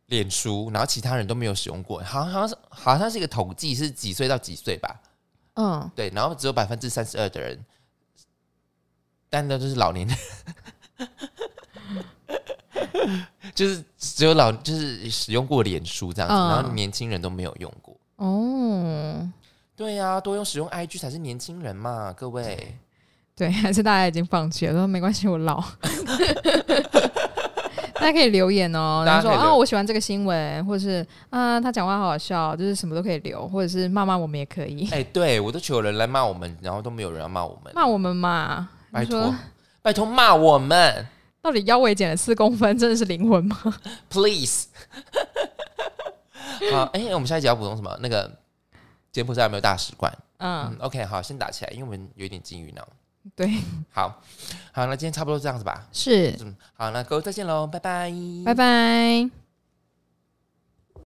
[SPEAKER 1] 脸书，然后其他人都没有使用过，好像好像是好像是一个统计，是几岁到几岁吧？
[SPEAKER 2] 嗯，
[SPEAKER 1] 对，然后只有百分之三十二的人，但那就是老年人， 就是只有老就是使用过脸书这样子，
[SPEAKER 2] 嗯
[SPEAKER 1] 然后年轻人都没有用过。
[SPEAKER 2] 哦，
[SPEAKER 1] 对呀、多用使用 IG 才是年轻人嘛，各位。
[SPEAKER 2] 对，还是大家已经放弃了，说没关系，我老。 大家可以留言哦，然
[SPEAKER 1] 大家可
[SPEAKER 2] 后
[SPEAKER 1] 以
[SPEAKER 2] 说啊，
[SPEAKER 1] 留
[SPEAKER 2] 我喜欢这个新闻，或者是啊，他讲话好好笑，就是什么都可以留，或者是骂骂我们也可以，
[SPEAKER 1] 哎、对我都求有人来骂我们，然后都没有人要骂我们，
[SPEAKER 2] 骂我们嘛。
[SPEAKER 1] 拜
[SPEAKER 2] 你说
[SPEAKER 1] 托，拜托骂我们
[SPEAKER 2] 到底腰围减了四公分，真的是灵魂吗？
[SPEAKER 1] ，please。好，哎、我们下一集要补充什么？那个柬埔寨有没有大使馆？
[SPEAKER 2] 嗯
[SPEAKER 1] 嗯，，OK，好，先打起来，因为我们有一点金鱼脑。
[SPEAKER 2] 对，
[SPEAKER 1] 好，好，那今天差不多这样子吧。
[SPEAKER 2] 是，
[SPEAKER 1] 嗯，好，那各位再见喽，拜拜，
[SPEAKER 2] 拜拜。